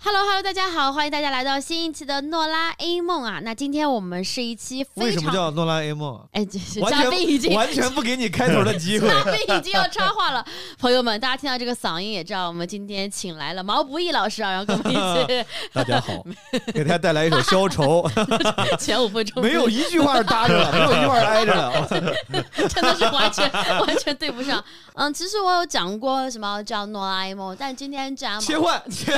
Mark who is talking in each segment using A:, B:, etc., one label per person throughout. A: Hello Hello，大家好，欢迎大家来到新一期的诺拉 A 梦啊。那今天我们是一期
B: 为
A: 非
B: 什么
A: 常
B: 叫诺拉 A 梦？
A: 哎，这是
B: 完
A: 嘉
B: 全
A: 宾已经
B: 完全不给你开头的机会。
A: 嘉宾已经要插话了，朋友们，大家听到这个嗓音也知道，我们今天请来了毛不易老师啊，然后跟我们一
B: 大家好， 给大家带来一首 消愁，
A: 起 前五分钟
B: 没有一句话是搭着的，没有一句话是挨着 的。
A: 真的是完全 完全对不上。嗯，其实我有讲过什么叫诺拉 A 梦，但今天既 然毛
B: 切换，切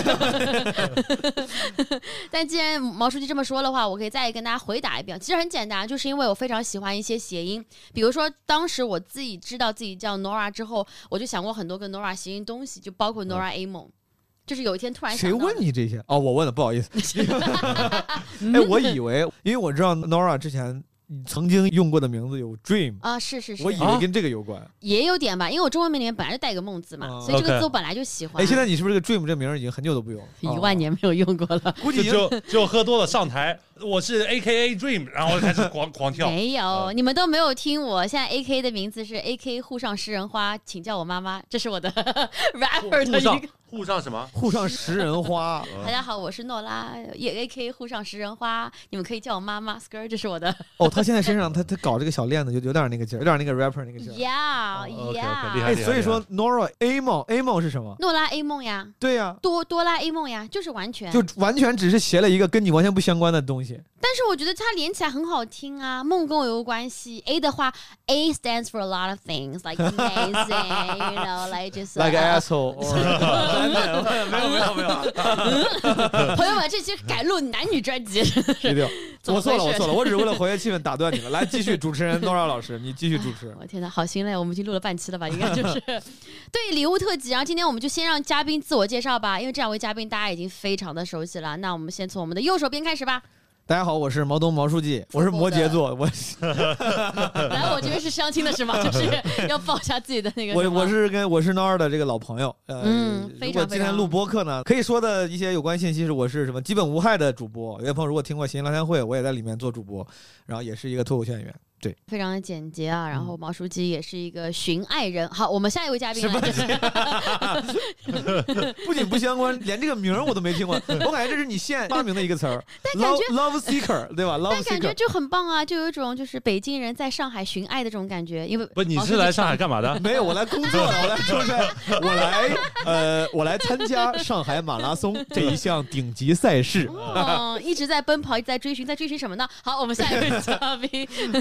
A: 但既然毛书记这么说的话，我可以再跟大家回答一遍。其实很简单，就是因为我非常喜欢一些谐音，比如说当时我自己知道自己叫 Nora 之后，我就想过很多跟 Nora 谐音东西，就包括 Nora A 梦。就是有一天突然想
B: 谁
A: 到
B: 问
A: 的
B: 你这些？哦，我问的，不好意思。 哎，我以为，因为我知道 Nora 之前曾经用过的名字有 Dream，
A: 啊，是是是，
B: 我以为跟这个有关。
A: 也有点吧，因为我中文名里面本来就带一个梦字嘛，
B: 哦
A: 所以这个
C: OK
A: 字我本来就喜欢。
B: 哎，现在你是不是这个 Dream 这名儿已经很久都不用？哦
A: 一万年没有用过了，
B: 哦，估计
C: 就
B: 已经
C: 就就喝多了上台，我是 A K A Dream，然后开始 狂狂跳。
A: 没
B: 哦
A: 有，你们都没有听我。现在 A K 的名字是 A K 沪上诗人花，请叫我妈妈，这是我的 rapper 的一
C: 沪
A: 个
C: 上。沪上什么？
B: 沪上食 人花。
C: 嗯
A: 大家好，我是诺拉，也 A K 沪上食人花，你们可以叫我妈妈 skr，这是我的
B: 哦，他现在身上他他搞这个小链子，有有点那个劲儿，有点那个 rapper 那个劲儿。
A: yeah
C: 哦，OK，OK，厉害
B: 哎，
C: 厉
A: yeah。
B: 所以说 Nora A 梦 A 梦是什么？
A: 诺拉 A 梦呀，
B: 对呀、
A: 多多拉 A 梦呀，就是完全。
B: 就完全只是写了一个跟你完全不相关的东西。
A: 但是我觉得它连起来很好听啊，梦跟我有关系。A 的话，A stands for a lot of things like amazing，you know like just
B: Like
A: uh,
B: asshole，没有没有没有，
A: 朋友们，这期改录男女专辑，
B: 别掉，
A: 怎么
B: 我
A: 回事
B: 错了我错了，我只是为了活跃气氛打断你了。来，继续，主持人 Nora 老师，你继续主持。
A: 我天哪，好心累，我们已经录了半期了吧？应该就是 对礼物特辑。然后今天我们就先让嘉宾自我介绍吧，因为这两位嘉宾大家已经非常的熟悉了。那我们先从我们的右手边开始 吧。
B: 大家好，我是毛东毛 书记，我是摩羯座，我
A: 来，我这边是相亲的是吗？就是要报一下自己的那个什
B: 我
A: 么。
B: 我是跟我是 Nora 的这个老朋友，呃，
A: 嗯非
B: 如
A: 常
B: 果
A: 非
B: 今
A: 常
B: 天录播客呢，可以说的一些有关信息是我是什么基本无害的主播。有些朋友如果听过闲聊天会，我也在里面做主播，然后也是一个脱口秀演员。
A: 非常的简洁啊。然后毛书记也是一个寻爱人。好，我们下一位嘉宾
B: 嗯什么
A: 来就是
B: 不仅不相关，连这个名儿我都没听过。我感觉这是你现发明的一个词儿
A: 感
B: ，love love seeker，对吧？love
A: 但感觉
B: seeker
A: 就很棒啊，就有一种就是北京人在上海寻爱的这种感觉。因为
C: 不，你
A: 毛书
C: 是
A: 记
C: 来上海干嘛的？
B: 没有，我来工作 了，我来出差，我来呃，我来参加上海马拉松这一项顶级赛事。
A: 哦，一直在奔跑，一直在追寻，在追寻什么呢？好，我们下一位嘉宾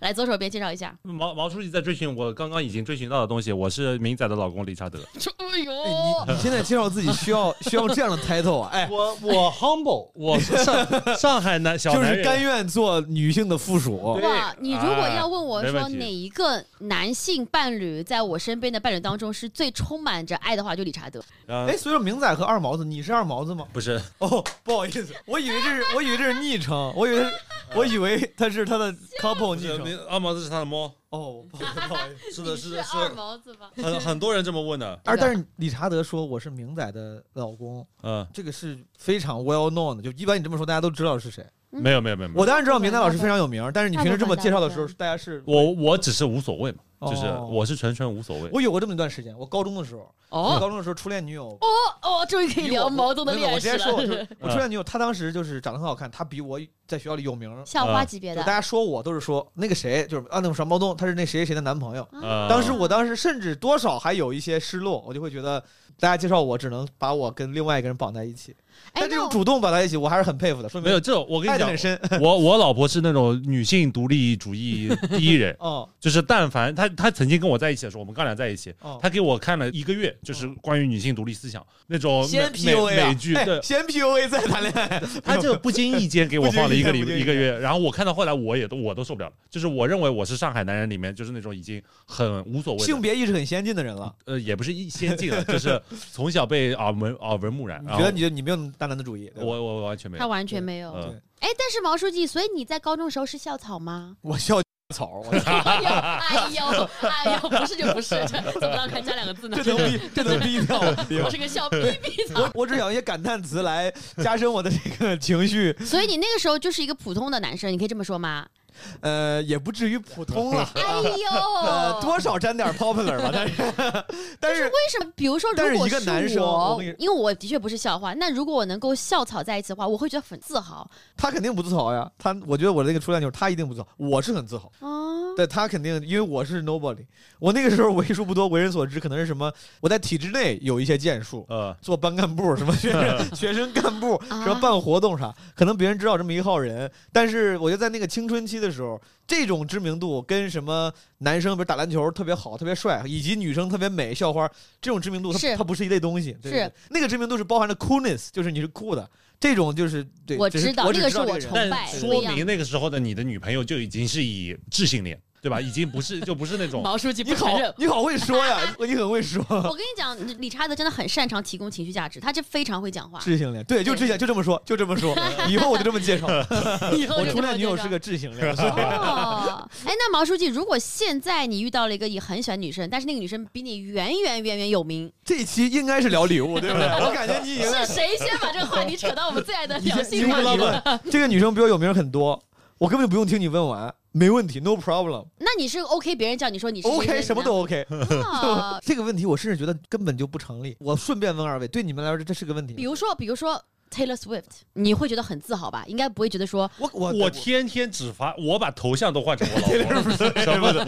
A: 来左手边介绍一下。
C: 毛毛书记在追寻我刚刚已经追寻到的东西。我是明仔的老公理查德。
A: 哎呦，
B: 哎，你你现在介绍自己需要 需要这样的 title 啊？哎，
C: 我我 humble，我是上 上海男小
B: 就
C: 男
B: 是甘
C: 人。
B: 愿做女性的附属。
C: 对
A: 哇，你如果
B: 啊
A: 要问我
C: 哎没
A: 说
C: 问题
A: 哪一个男性伴侣在我身边的伴侣当中是最充满着爱的话，就理查德。
C: 呃
B: 哎，所以说明仔和二毛子，你是二毛子吗？
C: 不是，
B: 哦，不好意思，我以为这是我以为这是昵称，我以为我以为他是 他的 couple
C: 不
B: 昵
C: 是
B: 称。
C: 明二毛子是他的猫。
B: 哦，不好意思不好意思。
C: 是的，是的，是
A: 二
C: 的，
A: 毛子吧？
C: 很很多人这么问的。
B: 而但是理查德说我是明仔的老公，
C: 嗯，
B: 这个是非常 well known 的，就一般你这么说大家都知道是谁。
C: 没有没有没有
A: 嗯
C: 没有，
B: 我当然知道明仔老师非常有名，但是你平时这么介绍的时候，大家是
A: 嗯
C: 我我只是无所谓嘛，就是
B: 哦
C: 我是纯纯无所谓。
B: 我有过这么一段时间，我高中的时候，我
A: 哦
B: 高中的时候初恋女友。
A: 哦，终于可以 聊毛泽东的
B: 没有
A: 恋
B: 我
A: 爱
B: 直
A: 史
B: 接说，我 呃就
A: 了。
B: 是我初恋女友，她当时就是长得很好看，她比我在学校里有名，
A: 校花级别
B: 就
A: 的
B: 大，家说我都是说那个谁，就是啊那个什么猫东，他是那谁谁谁的男朋友。
A: 啊哦
C: 呃，
B: 当时我当时甚至多少还有一些失落，我就会觉得大家介绍我只能把我跟另外一个人绑在一起，
A: 哎
B: 但，这
A: 那
B: 种
A: 我
B: 主动绑在一起，我还是很佩服的，说明
C: 没有这种，我跟
B: 爱
C: 你
B: 的
C: 讲
B: 很，深。，
C: 我我老婆是那种女性独立主义第一人
B: 哦
C: 就是但凡她她曾经跟我在一起的时候，我们刚俩在一起，
B: 哦，嗯
C: 她给我看了一个月，就是关于女性独立思想那种
B: 先
C: 美
B: PUA 啊
C: 美 剧，
B: 哎
C: 对，
B: 先 PUA 再谈恋 爱，
C: 她就不经意间给我放了一个礼
B: 不经意间
C: 一个月，然后我看到后来我也都我都受不了了，就是我认为我是上海男人里面就是那种已经很无所谓
B: 性
C: 的，
B: 别意识很先进的人了。
C: 呃，也不是一先进了，就是从小被耳闻耳闻目染，
B: 你
C: 嗯然
B: 觉
C: 后
B: 得你就你没有大男子主义？对
C: 我
B: 吧？
C: 我我完全没
A: 他
C: 有，
A: 完全没有。
C: 嗯
A: 哎，但是毛书记，所以你在高中时候是校草吗
B: 我笑草，我
A: 哎呦，哎呦，哎 呦，不是就不是，这怎么能敢加两个字呢？
B: 这能 逼这能逼掉我
A: 我是个笑逼逼草。
B: 我 我只想一些感叹词来加深我的这个情绪。
A: 所以你那个时候就是一个普通的男生，你可以这么说吗？，
B: 呃，也不至于普通 了
A: 哎呦，
B: 啊呃，多少沾点 popular 吧，但是 但是
A: 为什么？比如说，
B: 但是
A: 如果
B: 一个男生
A: 我
B: 我跟你，
A: 因为我的确不是校花，那如果我能够校草在一起的话，我会觉得很自豪
B: 他肯定不自豪呀，他我觉得我的那个初恋就是他一定不自豪，我是很自豪。
A: 啊。
B: 对他肯定，因为我是 nobody，我那个时候为数不多、为人所知，可能是什么？我在体制内有一些建树，
C: 呃，
B: 做班干部，什么学生学生干部，
A: 啊
B: 什么办活动啥，可能别人知道这么一号人，但是我觉得在那个青春期的时候，这种知名度跟什么男生，比如打篮球特别好、特别帅，以及女生特别美、校花这种知名度，它
A: 是
B: 它不是一类东西。对
A: 是
B: 对那个知名度是包含着 coolness，就是你是酷的，这种就是对，
A: 我
B: 只是
A: 知道
B: 我
A: 那
B: 只
A: 个
B: 知
A: 是
B: 道这
A: 我
B: 人
A: 崇
C: 但
A: 拜不
C: 说
A: 一样
C: 明那个时候的你的女朋友就已经是以智性恋，对吧？已经不是就不是那种
D: 毛书记
B: 你
D: 不承
B: 好
D: 认，，
B: 你好会 说呀，你很会说。
A: 我跟你讲，理查德真的很擅长提供情绪价值，他这非常会讲话。
B: 智性恋，对，就
A: 啊对
B: 之前就这么说，就这 么说，以后我就这么介绍。
D: 以后
B: 我
D: 就
B: 初
D: 这么
B: 恋女友
D: 介
B: 是
D: 绍
B: 个智性恋，
A: 哦，哎，那毛书记，如果现在你遇到了一个也很喜欢女生，但是那个女生比你远远远远有名，
B: 这一期应该是聊礼物，对不对？我感觉你 已经
D: 是谁先把这个话题扯到我们最爱的
B: 你
D: 两
B: 先
D: 性
B: 你
D: 话
B: 先
D: 题了？
B: 问，这个女生比我有名很多，我根本就不用听你问完，没问题，no problem，OK，、
A: 那你是 OK 别人叫你说你是
B: OK，什么都 OK。。
A: 啊
B: 这个问题我甚至觉得根本就不成立。我顺便问二位，对你们来说这是个问题
A: 比
B: 吗？
A: 如说，比如说 Taylor Swift，你
B: 嗯
A: 会觉得很自豪吧？应该不会觉得说
B: 我我
C: 我天天只发，我把头像都换成 我老婆，什么的，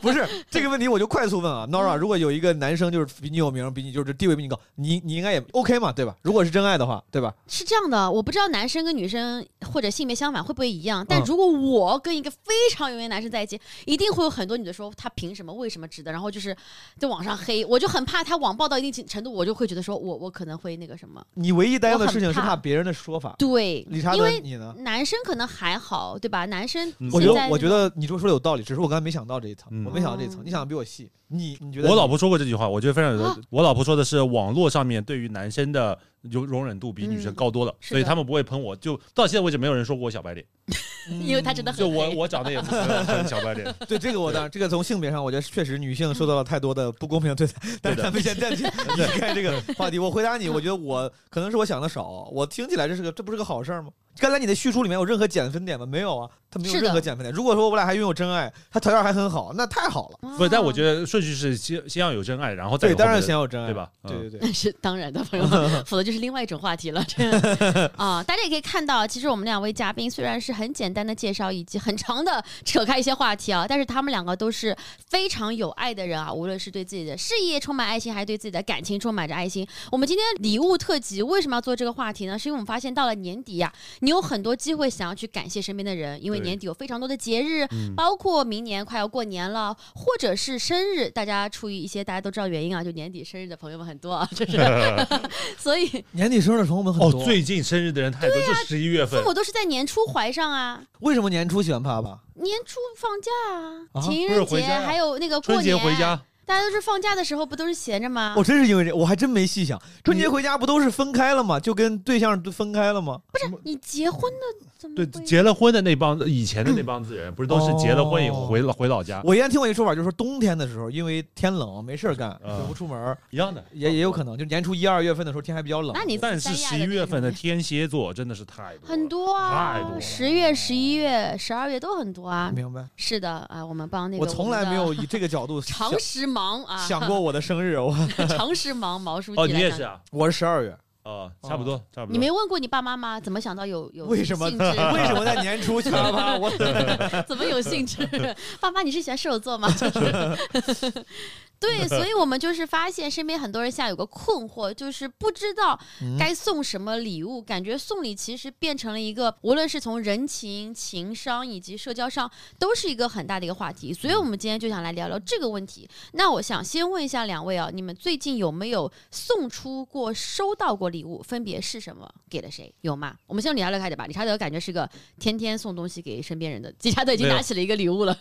B: 不是这个问题，我就快速问
A: 嗯
B: 啊，Nora，如果有一个男生就是比你有名，比你就是地位比你高，你你应该也 OK 嘛，对吧？如果是真爱的话，对吧？
A: 是这样的，我不知道男生跟女生或者性别相反会不会一样，但
B: 嗯
A: 如果我跟一个非常有名的男生在一起，一定会有很多女的说他凭什么，为什么值得，然后就是在网上黑，我就很怕他网暴到一定程程度，我就会觉得说我我可能会那个什么，
B: 你唯一担忧的
A: 我很
B: 事情是
A: 怕
B: 怕别人的说法。
A: 对，
B: 理查
A: 因
B: 德，
A: 为
B: 你呢？
A: 男生可能还好，对吧？男生
C: 嗯
B: 我觉
A: 现
B: 得
A: 在，
B: 我觉得你说说的有道理，只是我刚才没想到这一层，
C: 嗯
B: 我没想到这一
A: 哦
B: 层。你想的比我细，你你觉得
C: 我老
B: 你
C: 婆说过这句话，我觉得非常有道理
A: 啊
C: 我老婆说的是网络上面对于男生的容容忍度比女生高多了，
A: 嗯是的
C: 所以他们不会喷我。就到现在为止，没有人说过我小 白脸，
A: 因为他真的很
C: 嗯就我
A: 黑
C: 我长得也不是很小 白脸。
B: 嗯对这个我当然这个从性别上，我觉得确实女性受到了太多的不公平的对待。但是咱们先暂且 离开这个话题，我回答你，我觉得我可能是我想的少，我听起来这是个这不是个好事儿吗？刚才你的叙述里面有任何减分点吗？没有啊，他没有
A: 是的
B: 任何减分点。如果说我俩还拥有真爱，他条件还很好，那太好了。
A: 啊
C: 不是，但我觉得顺序是先先要有真爱，然后再
B: 对，
C: 有
B: 当然
C: 后面
B: 先
C: 的
B: 有真爱，
C: 对？吧？嗯
B: 对对对，
A: 那是当然的，朋友们，否则就是另外一种话题了。这样啊，大家也可以看到，其实我们两位嘉宾虽然是很简单的介绍以及很长的扯开一些话题啊，但是他们两个都是非常有爱的人啊，无论是对自己的事业充满爱心，还是对自己的感情充满着爱心。我们今天礼物特辑为什么要做这个话题呢？是因为我们发现到了年底呀、你有很多机会想要去感谢身边的人，因为
C: 对
A: 年底有非常多的节日，
C: 嗯
A: 包括明年快要过年了，或者是生日，大家出于一些大家都知道原因啊，就年底生日的朋友们 很多啊，就是，所以
B: 年底生日的朋友们很
C: 嗯哦
B: 多，，
C: 最近生日的人太多，就十一月份
A: 父。母都是在啊年初怀上啊，
B: 为什么年初喜欢啪啪？
A: 年初放假
B: 啊
A: 啊，情
C: 不是
A: 人
C: 回
A: 节
C: 家啊
A: 还有那个
C: 春
A: 过
C: 节
A: 年，啊
C: 回家，哦
A: 大家都是放假的时候不都是闲着吗
B: 我？真是因为这，我还真没细想。春节回家不都是分开了吗？就跟对象都分开了吗？
A: 你结婚的怎么
C: 对
A: 会嗯
C: 结了婚的那帮以前的那帮子人，不是都是结了婚以后回
A: 哦
C: 了回老家
B: 我原来听过一个说法，就是说冬天的时候，因为天冷没事儿干，
C: 嗯
B: 就不出门儿，
C: 一样的？
B: 也也有可能，就年初一二月份的时候天还比较冷。
A: 那你
C: 但是
A: 三亚的
C: 十一
A: 那
C: 月
A: 个
C: 份的天蝎座真的是太多了
A: 很多
C: 太多
A: 啊
C: 了，
A: 十月、十一月、十二月都很多啊。
B: 明白？
A: 是的啊，我们帮那个
B: 我从来
A: 们
B: 没
A: 的
B: 有以这个角度想
A: 常识盲啊，
B: 想过我的生日，我
A: 常识盲毛书记
C: 哦，你
A: 来
C: 也
A: 讲
C: 是啊？
B: 我是十二月，
C: 哦，差不多，差不多。
A: 你没问过你爸妈吗？怎么想到有有
B: 为什么
A: 兴
B: 为
A: 致？
B: 什么在年初喜欢啪啪？我
A: 怎么有兴致？爸妈，你是喜欢射手座吗？就是。对，所以我们就是发现身边很多人现在有个困惑，就是不知道
B: 嗯
A: 该送什么礼物，感觉送礼其实变成了一个，无论是从人情、情商以及社交上，都是一个很大的一个话题。所以我们今天就想来聊聊这个问题。那我想先问一下两位啊，你们最近有没有送出过、收到过礼物？分别是什么？给了谁？有吗？我们先从理查德开始吧。理查德感觉是个天天送东西给身边人的，理查德已经
C: 没有
A: 拿起了一个礼物了。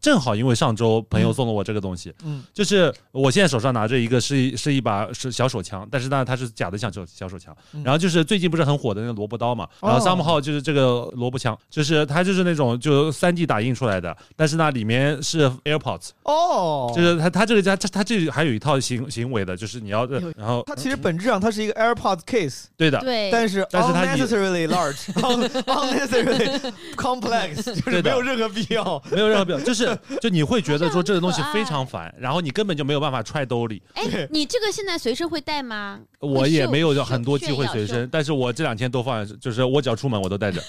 C: 正好因为上周朋友送了我这个东西，
B: 嗯，
C: 就是我现在手上拿着一个是一是一把是小手枪，但是呢它是假的小手小手枪
B: 嗯。
C: 然后就是最近不是很火的那个萝卜刀嘛，然后
B: 哦
C: somehow 就是这个萝卜枪，就是它就是那种就三 D 打印出来的，但是呢里面是 AirPods，
B: 哦，
C: 就是它它这个家它它这还有一套行行为的，就是你要
B: 有
C: 然后
B: 它其实本质上它是一个 AirPods case，
C: 对的。
A: 对，
B: 但是
C: 但是它
B: unnecessarily large, unnecessarily complex，就是
C: 对的
B: 没有任何必 要。
C: 没有任何表， 就是就你会觉得说这个东西
A: 好像很可爱
C: 非常烦，然后你根本就没有办法揣兜里。
A: 哎，你这个现在随身会带吗？
C: 我也没有很多
A: 哎炫
C: 机会
A: 炫耀
C: 随
A: 炫
C: 身，但是我这两天都放，就是我只要出门我都带 着。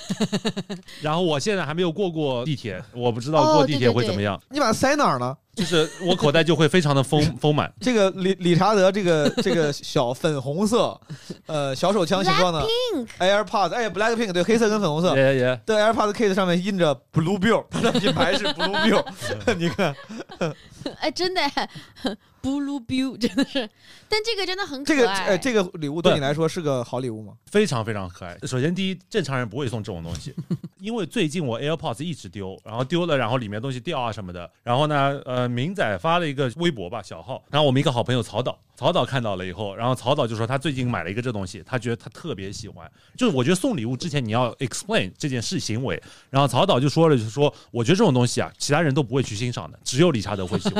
C: 然后我现在还没有过过地铁，我不知道
A: 哦
C: 过地
A: 对
C: 铁
A: 对
C: 会
A: 对
C: 怎么样，
B: 你把它塞哪儿呢？
C: 就是我口袋就会非 常的丰丰 满。
B: 这个理理查德这个这个小粉红色，呃，小手枪形状的 AirPods，哎，Blackpink 对，黑色跟粉红色
C: 也也，
B: 的 AirPods case 上面印着 Blue Bill，它的品牌是 Blue Bill，你看
A: 哎，真的，blue bill 真的是，但这个真的很可
B: 这个
A: 爱。
B: 呃这个礼物对你来说是个好礼物吗？
C: 非常非常可爱。首先第一，正常人不会送这种东西， 因为最近我 AirPods 一直丢，然后丢了，然后里面东西掉啊什么的。然后呢，呃，明仔发了一个微博吧，小号，然后我们一个好朋友曹导，曹导看到了以后，然后曹导就说他最近买了一个这东西，他觉得他特别喜欢。就是我觉得送礼物之前你要 explain 这件事行为，然后曹导就说了，就说我觉得这种东西啊，其他人都不会去欣赏的，只有理查德会喜欢。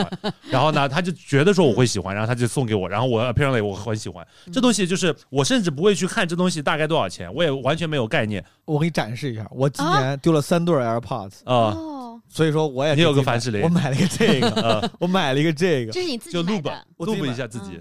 C: 然后呢，他就觉得说我会喜欢，然后他就送给我，然后我 apparently 我很喜欢这东西，就是我甚至不会去看这东西大概多少钱，我也完全没有概念
B: 我给你展示一下，我今年丢了三对 AirPods，
C: 啊
A: 哦，
B: 所以说我也
C: 你有
B: 给自己
C: 个
B: 买
C: 凡士林
B: 我买了一个这个，
C: 啊，
B: 我买了一个这个。
A: 这是你自己
C: 就录
A: 买
C: 吧
A: 的，嗯
B: 我自
C: 录
B: 己
C: 了
B: 买
C: 一下自己，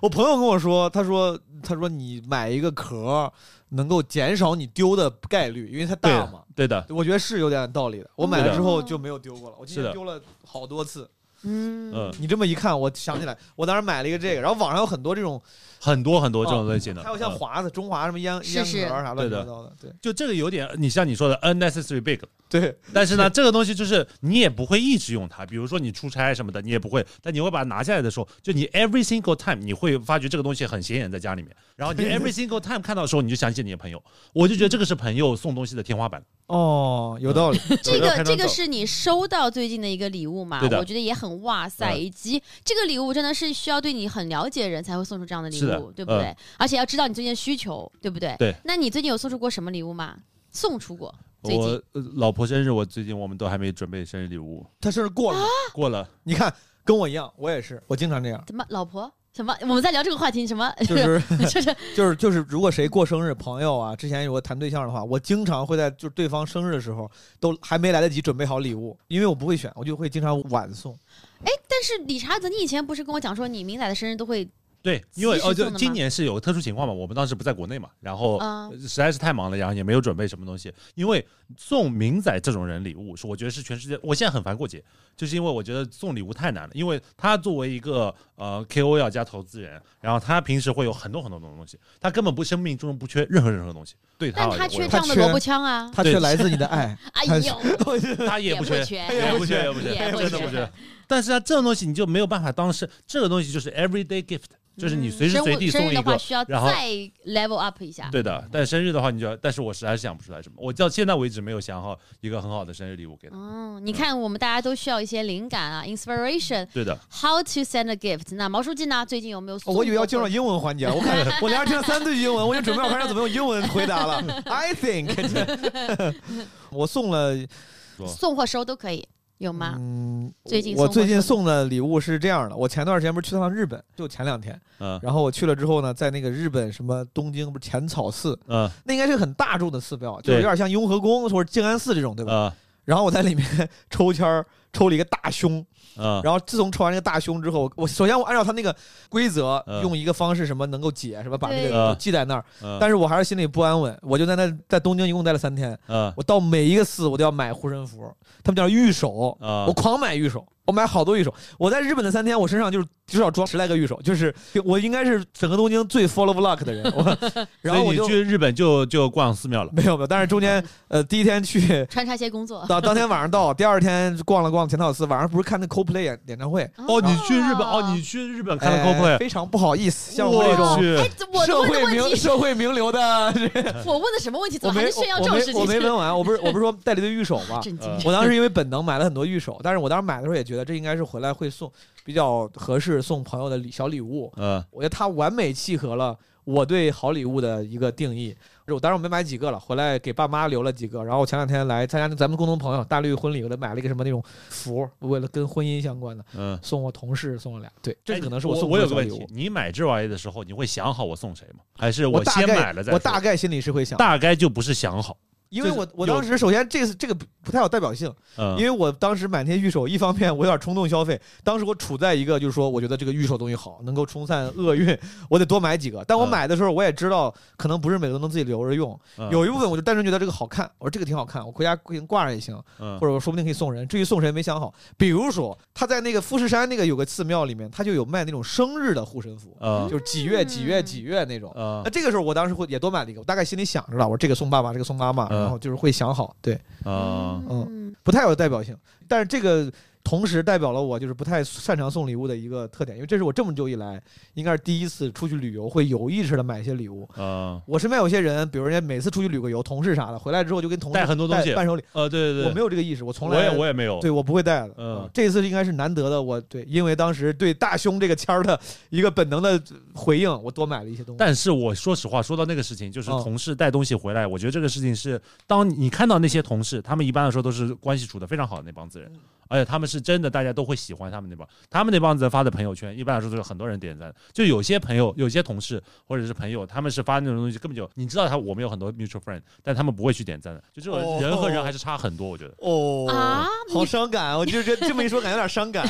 B: 我朋友跟我说，他说他说你买一个壳能够减少你丢的概率，因为它
C: 对啊
B: 大嘛。
C: 对的，
B: 我觉得是有点道理的。我买
C: 对
B: 了
C: 的
B: 之后就没有丢过了，我今
C: 是
B: 年
C: 的
B: 丢了好多次。
A: 嗯
C: 嗯，
B: 你这么一看，我想起来，我当时买了一个这个，然后网上有很多这种，哦
C: 很多很多这种类型的，
B: 还有像
C: 嗯
B: 华子、中华什么烟
A: 是
B: 烟
A: 是
B: 盒啥乱
C: 对
B: 七
C: 的
B: 八糟的，对
C: 就这个有点，你像你说的 unnecessary big，
B: 对
C: 但是呢，这个东西就是你也不会一直用它，比如说你出差什么的，你也不会，但你会把它拿下来的时候，就你 every single time 你会发觉这个东西很显眼在家里面，然后 你 every single time 看到的时候，你就想起你的朋友，我就觉得这个是朋友送东西的天花板。
B: 哦，有道理。
A: 这
C: 我要
A: 个
C: 拍张
A: 这个
C: 照
A: 是你收到最近的一个礼物嘛？
C: 对的
A: 我觉得也很哇塞，
C: 嗯
A: 以及这个礼物真的是需要对你很了解的人才会送出这样的礼
C: 是的嗯
A: 物，对不对？而且要知道你最近的需求，对不对？
C: 对。
A: 那你最近有送出过什么礼物吗？送出过最近
C: 我呃老婆生日，我最近我们都还没准备生日礼物，
B: 他生日过
A: 啊
B: 了吗，
C: 过了
B: 你看跟我一样，我也是，我经 常这样，
A: 什么老婆？什么？我们在聊这个话题，什么？
B: 就是
A: 就是
B: 就是就是，如果谁过生日，朋友啊，之前如果谈对象的话，我经常会在就是对方生日的时候，都还没来得及准备好礼物，因为我不会选，我就会经常晚送。
A: 但是理查德，你以前不是跟我讲说你明仔的生日都会
C: 对，因为
A: 及时
C: 哦，就
A: 送的吗
C: 今年是有特殊情况嘛，我们当时不在国内嘛，然后
A: 嗯
C: 呃实在是太忙了，然后也没有准备什么东西。因为送明仔这种人礼物，是我觉得是全世界，我现在很烦过节，就是因为我觉得送礼物太难了。因为他作为一个呃 KOL 加投资人，然后他平时会有很多很多种东西，他根本不生命中不缺任何任何东西，对他
A: 但
C: 而言，
A: 他
C: 我
A: 缺
C: 也
A: 这样的
B: 他缺
A: 萝卜枪啊，
B: 他却来自你的爱，
A: 哎
B: 他
A: 呦，
C: 他也
A: 也
C: 不
A: 不
C: 缺，
A: 缺，
C: 也不缺，也不缺，
A: 也不
C: 真的
A: 缺
C: 不缺。但是啊，这种东西你就没有办法当是这个东西就是 everyday gift，就是你随时
A: 嗯
C: 随地
A: 生日
C: 送
A: 生
C: 一
A: 日的话
C: 个。
A: 需要
C: 然后
A: 再 level up 一下。
C: 对的，但生日的话，你就要，但是我实在是想不出来什么，我到现在为止没有想好一个很好的生日礼物给他。
A: 嗯，你看，我们大家都需要一些灵感啊，inspiration。
C: 对的，
A: How to send a gift？那毛书记呢？最近有没有送
B: 哦
A: 过？
B: 我以为要进入英文环节了，我看我连着听了三句英文，我已经准备好开始怎么用英文回答了。I think，我送了
A: 送或收都可以，有吗？
B: 嗯，
A: 最近
B: 我
A: 送
B: 最
A: 过
B: 近
A: 什么
B: 送的礼物是这样的，我前段时间不是去趟日本，就前两天，
C: 嗯
B: 然后我去了之后呢，在那个日本什么东京不是浅草寺，
C: 嗯
B: 那应该是个很大众的寺庙，就是
C: 对
B: 有点像雍和宫或者静安寺这种，对吧？
C: 嗯
B: 然后我在里面 抽签儿，抽了一个大胸。
C: 嗯，
B: 然后自从抽完这个大胸之后，我首先我按照他那个规则，
C: 嗯
B: 用一个方式什么能够解什么把那
A: 对
B: 个
C: 嗯
B: 系在那儿，
C: 嗯
B: 但是我还是心里不安稳，我就在那在东京一共待了三天，
C: 嗯
B: 我到每一个寺我都要买护身符，他们叫御守，
C: 嗯
B: 我狂买御守，我买好多御守。我在日本的三天，我身上就是至少装十来个御守，就是我应该是整个东京最 full of luck 的人。 我然后
C: 所
B: 我
C: 以
B: 就
C: 你去日本就就逛寺
B: 嗯
C: 庙了。
B: 没有没有，但是中间呃第一天去
A: 穿插一些工作，
B: 到当天晚上到，第二天逛了逛们检讨四，晚上不是看那 CoPlay 演演唱会，
C: 哦，你去日本哦，你去日本看了
B: 哎
C: CoPlay，
B: 非常不好意思，像我这
C: 我
B: 种
C: 去，
A: 哎，这我
B: 社
A: 问的
B: 会
A: 问
B: 名
A: 题是，
B: 社会名流的，
A: 我问的什么问题？怎么
B: 我
A: 还
B: 没
A: 能炫耀
B: 我
A: 这
B: 我
A: 种
B: 没
A: 事情？
B: 我没问完，我 不是我不是说带了一堆玉手吗？
A: 震惊
C: 呃！
B: 我当 时因为本能买了很多玉手，但是我当时买的时候也觉得这应该是回来会送比较合适送朋友的礼小礼物，
C: 嗯，
B: 我觉得它完美契合了我对好礼物的一个定义。我当然我没买几个了，回来给爸妈留了几个。然后我前两天来参加咱们共同朋友大绿婚礼，我就买了一个什么那种符，为了跟婚姻相关的，
C: 嗯，
B: 送我同事，送我俩。对，这
C: 哎
B: 可能是
C: 我
B: 送
C: 我
B: 朋友的
C: 有个问
B: 礼
C: 题
B: 物，。
C: 你买这玩意的时候，你会想好我送谁吗？还是
B: 我大
C: 先
B: 概
C: 买了再
B: 我
C: 说？
B: 大概心里是会想，
C: 大概就不是想好，
B: 因为我
C: 就是
B: 我
C: 有
B: 当时首先这次这个不太有代表性，
C: 嗯，
B: 因为我当时买那些玉手，一方面我有点冲动消费，当时我处在一个就是说，我觉得这个玉手东西好，能够冲散厄运，我得多买几个。但我
C: 嗯
B: 买的时候，我也知道可能不是每个都能自己留着用，
C: 嗯
B: 有一部分我就单纯觉得这个好看，我说这个挺好看，我回家给你挂上也行，
C: 嗯
B: 或者我说不定可以送人。至于送谁没想好，比如说他在那个富士山那个有个寺庙里面，他就有卖那种生日的护身符，
C: 嗯
B: 就是几月几月几月那种。
C: 嗯
B: 那这个时候，我当时会也多买了一个，我大概心里想着了，我这个送爸爸，这个送妈妈，
C: 嗯
B: 然后就是会想好，对。
C: 嗯
A: 嗯，
B: 不太有代表性，但是这个同时代表了我就是不太擅长送礼物的一个特点，因为这是我这么久以来应该是第一次出去旅游会有意识的买一些礼物。
C: 嗯，
B: 我身边有些人，比如人家每次出去旅个游，同事啥的，回来之后就跟同事
C: 带很多东西
B: 带伴手礼，
C: 呃，对对对，
B: 我没有这个意识，我从
C: 我
B: 来
C: 也我也没有，
B: 对我不会带的。
C: 嗯
B: 啊，这次应该是难得的，我对，因为当时对大胸这个签儿的一个本能的回应，我多买了一些东西。
C: 但是我说实话，说到那个事情，就是
B: 嗯
C: 同事带东西回来，我觉得这个事情是，当你看到那些同事，他们一般来说都是关系处的非常好的那帮子
B: 嗯
C: 人，而且他们是真的，大家都会喜欢他们那帮，他们那帮子发的朋友圈，一般来说都是很多人点赞。就有些朋友、有些同事或者是朋友，他们是发那种东西，根本就你知道他我们有很多 mutual friend，但他们不会去点赞的。就这种人和人还是差很多，我觉得。
B: 哦
A: 啊
B: 好伤感！我就这这么一说，感觉有点伤感。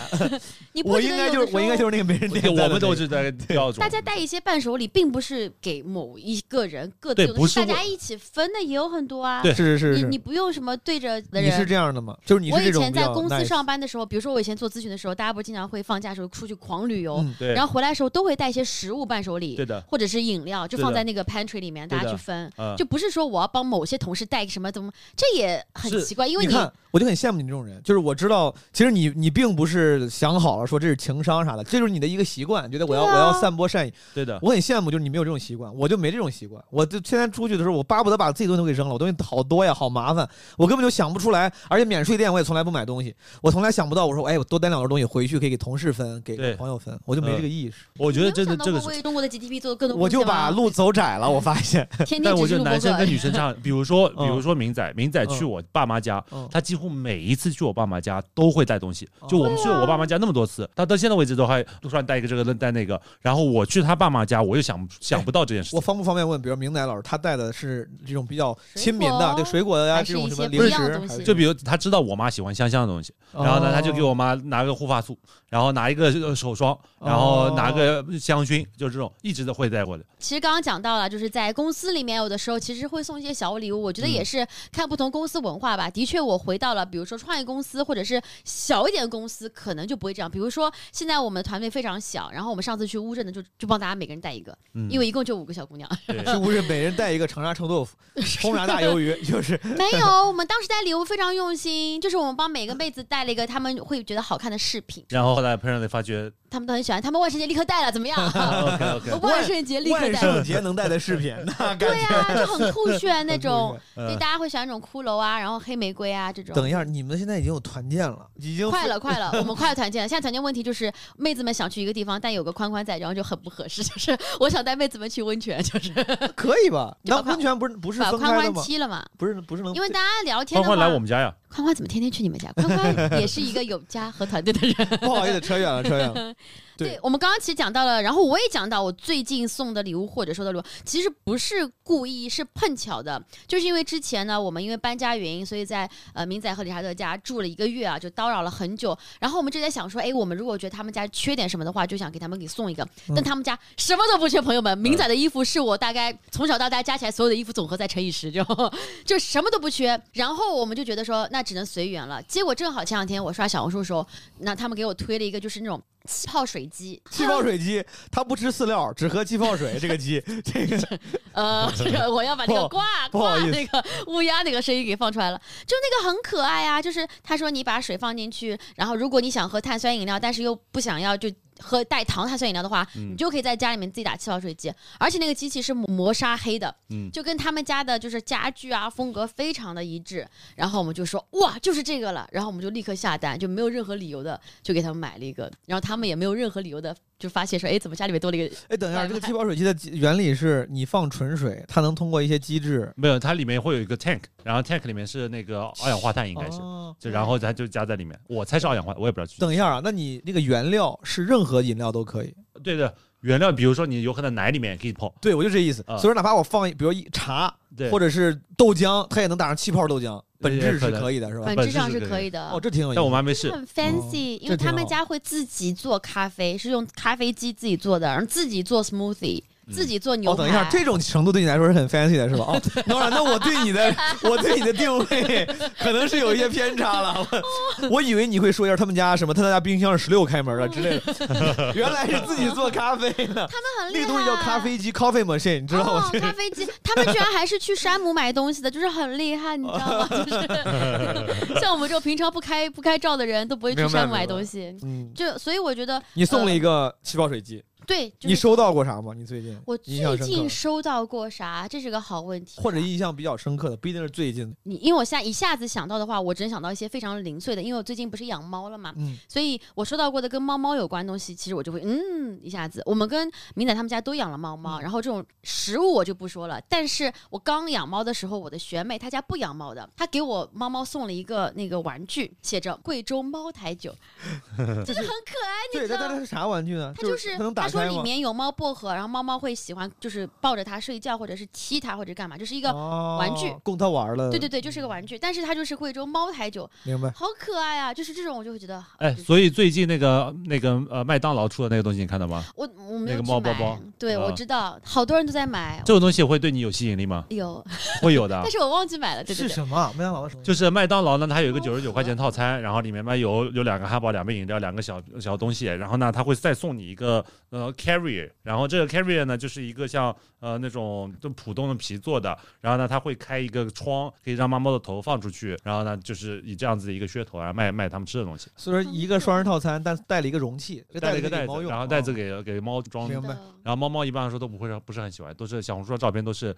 A: 你不
B: 我
A: 觉得
B: 应该
A: 有
B: 就
A: 的
B: 是我应该
A: 时
B: 就
A: 候
B: 是那个没 人点
C: 对，
B: 赞的
C: 我们
B: 那
C: 都
B: 个
C: 是在标准。
A: 大家带一些伴手礼，并不是给某一个人各自
C: 对
A: 用的，
C: 不
A: 是大
C: 是
A: 家一起分的也有很多啊。
C: 对
B: 是是是
A: 你
B: 是
A: 你不用什么对着的
B: 你是
A: 人。
B: 这样的吗？就是你
A: 我
B: 是这
A: 以
B: 种
A: 前
B: 比
A: 在
B: 较
A: 公司
B: nice
A: 上班的时候，比如说我以前做咨询的时候，大家不是经常会放假的时候出去狂旅游，
B: 嗯
C: 对
A: 然后回来的时候都会带一些食物伴手
C: 对
A: 礼，
C: 的，
A: 或者是饮料，就
C: 对
A: 放
C: 的
A: 在那个 pantry 里面，
C: 对
A: 大家
C: 的
A: 去分。
C: 嗯，
A: 就不是说我要帮某些同事带个什么怎么，这也很
C: 是
A: 奇怪，因为
B: 你看，我就很羡慕你这种人，就是我知道，其实你你并不是想好了说这是情商啥的，这就是你的一个习惯，觉得我要、
A: 对啊
B: 我要散播善意。
C: 对的，
B: 我很羡慕，就是你没有这种习惯，我就没这种习惯。我就现在出去的时候，我巴不得把自己东西都给扔了，我东西好多呀，好麻烦，我根本就想不出来。而且免税店我也从来不买东西，我从来想不到，我说哎，我多带两包东西回去可以给同事分，给
C: 对
B: 朋友分，我就没
C: 嗯
B: 这个意识。
C: 我觉
A: 你
C: 得
A: 有
C: 真的
A: 想到
C: 这个
A: 过
C: 是
A: 为中国的 GDP 做更多贡献吗，
B: 我就把路走窄了，我发现。
A: 天
C: 但
A: 天
C: 我
A: 只是
C: 觉得
A: 录播
C: 男生
A: 客
C: 跟女生差，比如 说，比
B: 嗯
C: 如说明仔，明仔去
B: 嗯
C: 我爸妈家，
B: 嗯
C: 他几乎每一次去我爸妈家都会带东西
B: 哦。
C: 就我们去我
A: 啊
C: 爸妈家那么多次，他到现在为止都还路上带一个这个带那个。然后我去他爸妈家，我又想想不到这件事
B: 我
A: 哎
C: 情。
B: 方不方便问，比如明乃老师他带的是这种比较亲民
A: 水
B: 的，
A: 果
B: 对水果呀、
A: 还
B: 这
A: 是
B: 种
A: 一
B: 什么
A: 些
B: 零
A: 不一
B: 食
A: 样的
B: 还
A: 东
B: 是，
A: 西
C: 就比如他知道我妈喜欢香香的东西，然后呢，他就
A: 哦
C: 给我妈拿个护发素，然后拿一个呃手霜，然
A: 哦
C: 后拿个香薰，就这种一直都会带过来。
A: 其实刚刚讲到了，就是在公司里面，有的时候其实会送一些小礼物，我觉得也是看不同公司文化吧。的确，我回到了比如说创业公司或者是小一点的公司，可能就不会这样。比如说现在我们团队非常小，然后我们上次去乌镇的就就帮大家每个人带一个，
C: 嗯，
A: 因为一共就五个小姑娘。
C: 对
B: 哦是不是每人带一个长沙臭豆腐、 红炸大鱿鱼，就是
A: 没有，我们当时带礼物非常用心，就是我们帮每个妹子带了一个她们会觉得好看的饰品，
C: 然后后来朋友里 发觉
A: 她们都很喜欢，她们万圣节立刻带了，怎么样？
C: ，OK OK，
A: 万圣节 立刻
B: 万
A: 带
B: 圣节能带的 饰品，那感
A: 对
B: 觉。
A: 呀、就很酷炫那种。对，
C: 嗯
A: 大家会喜欢那种骷髅啊，然后黑玫瑰啊这种。
B: 呃等一下，你们现在已经有团建了，已经
A: 快了，快了，我们快团建了。现在团建问题就是，妹子们想去一个地方，但有个宽宽在，然后就很不合适。 就是我想带妹子们去温泉，就是
B: 可以吧？
A: 就
B: 那
A: 把宽
B: 温泉不是不是
A: 把
B: 分
A: 宽
B: 开的
A: 宽
B: 吗？嗯
A: 踢了嘛。
B: 不是不是能
A: 因为大家聊天
C: 欢
A: 的话，
C: 欢来我们家呀，
A: 宽宽怎么天天去你们家？宽 宽也是一个有家和团队的人。
B: 不好意思扯远了扯远 了。对
A: 我们刚刚其实讲到了，然后我也讲到我最近送的礼物或者收的礼物，其实不是故意，是碰巧的，就是因为之前呢，我们因为搬家原因，所以在呃明仔和理查德家住了一个月啊，就叨扰了很久。然后我们就在想说，哎，我们如果觉得他们家缺点什么的话，就想给他们给送一个，但他们家什么都不缺，朋友们，明仔的衣服是我大概从小到大加起来所有的衣服总和再乘以十，就 就什么都不缺。然后我们就觉得说，那只能随缘了。结果正好前两天我刷小红书的时候，那他们给我推了一个，就是那种气泡水鸡，
B: 气泡水鸡，它不吃饲料，只喝气泡水。这个鸡，这个
A: 呃，这个我要把那个
B: 不
A: 挂
B: 不好
A: 挂
B: 意思
A: 那个乌鸦那个声音给放出来了，就那个很可爱啊。就是他说你把水放进去，然后如果你想喝碳酸饮料，但是又不想要就喝带糖碳酸饮料的话，
C: 嗯
A: 你就可以在家里面自己打气泡水机，而且那个机器是磨砂黑的，
C: 嗯
A: 就跟他们家的就是家具啊风格非常的一致。然后我们就说哇，就是这个了，然后我们就立刻下单，就没有任何理由的就给他们买了一个，然后他们也没有任何理由的就发现说，哎，怎么家里面多了一个
B: 哎，等一下，
A: 外
B: 这个
A: 卖
B: 气泡水鸡的机原理是你放纯水，它能通过一些机制，
C: 没有，它里面会有一个 tank，然后 tank 里面是那个二氧化碳，应该是，
B: 哦
C: 就然后它就加在里面。我猜是二氧化，我也不知道具体。
B: 等一下啊，那你那个原料是任何饮料都可以？
C: 对的，原料比如说你有可能奶里面也可以泡，
B: 对，我就这意思。
C: 啊
B: 所以说，哪怕我放一，比如一茶
C: 对，
B: 或者是豆浆，它也能打上气泡豆浆，本质是可以的，是吧
A: 本？
C: 本
A: 质
C: 质
A: 上
C: 是
A: 是
C: 可以
A: 可
C: 的
A: 以的。
B: 哦，这挺有意
C: 但我
B: 思。
C: 们还没试。
A: 很 fancy，、因为
B: 哦这挺
A: 他们
B: 好
A: 家会自己做咖啡，是用咖啡机自己做的，然后自己做 smoothie，、
C: 嗯
A: 自己做牛
B: 哦，
A: 排。
B: 等一下，这种程度对你来说是很 fancy 的，是吧？ 哦，当然，那我对你 的我对你的定位 可能是有一些偏差了。 我我以为你会说一下他们家什么，他们家冰箱是十六开门的之类的，原来是自己做咖啡 呢。
A: 他们很厉害，
B: 那个东西叫咖啡机 （coffee machine），你知道吗
A: 啊哦？，咖啡机，他们居然还是去山姆买东西的，就是很厉害，你知道吗？就是 像我们这种平常不开不开照的人都不会去
B: 明白
A: 山姆
B: 明
A: 买
B: 白
A: 东西，
B: 嗯，
A: 就所以我觉得
B: 你送了一个气泡水机，
A: 对，就
B: 你
A: 是
B: 收到过啥吗？你最近
A: 我
B: 印象
A: 最
B: 深刻
A: 近
B: 的
A: 收到过啥？这是个好问题啊、
B: 或者印象比较深刻的，不一定是最近的。
A: 你，因为我现在一下子想到的话，我只能想到一些非常零碎的，因为我最近不是养猫了嘛，
B: 嗯，
A: 所以我收到过的跟猫猫有关的东西，其实我就会嗯一下子。我们跟明仔他们家都养了猫
B: 嗯
A: 猫，然后这种食物我就不说了。但是我刚养猫的时候，我的学妹她家不养猫的，她给我猫猫送了一个那个玩具，写着贵州猫台酒， 就是很可爱，你
B: 对，
A: 知
B: 那
A: 道
B: 它
A: 吗
B: 它？是啥玩具呢？
A: 哎它就是是
B: 它能
A: 他
B: 打
A: 说
B: 开
A: 里
B: 吗？
A: 面有猫薄荷，然后猫猫会喜欢，就是抱着它睡觉，或者是踢它，或者干嘛，就是一个。玩具
B: 哦供它玩了。
A: 对对，对，就是个玩具，但是它就是贵州猫台酒，
B: 明白。
A: 好可爱啊！就是这种，我就会觉得好。
C: 哎，
A: 就是
C: 所以最近那个那个呃麦当劳出的那个东西，你看到吗？
B: 哦
A: 我我没
C: 那
A: 有
C: 个
A: 去
C: 猫包
A: 买
C: 包
A: 对、
C: 啊
A: 我知道，好多人都在买，
C: 这种东西会对你有吸引力吗？
A: 有，
C: 会有的啊
A: 但。是我忘记买了，对对
B: 啊是
A: 对。
B: 什么啊？麦当劳的什么？
C: 就是麦当劳呢，它有一
B: 哦
C: 个
A: 猫
C: 九
A: 盒
C: 十九块钱套餐，然后里面嘛有有两个汉堡、两杯饮料、两个小小东西，然后呢，它会再送你一个呃 carrier，然后这个 carrier 呢就是一个像呃那种就普通的皮做的，然后呢它会开一个窗，可以让猫猫的头放出去，然后呢就是以这样子的一个噱头啊卖卖他们吃的东西，
B: 所以说一个双人套餐，但带了一个容器，这
C: 带了一
B: 子
C: 个
B: 给
C: 袋
B: 猫
C: 子，
B: 用，
C: 然后
B: 哦
C: 袋子给给猫装。
B: 明
A: 是
B: 白
A: 的
C: 然后猫猫一般来说都不会，不是很喜欢，都是小红书上照片都是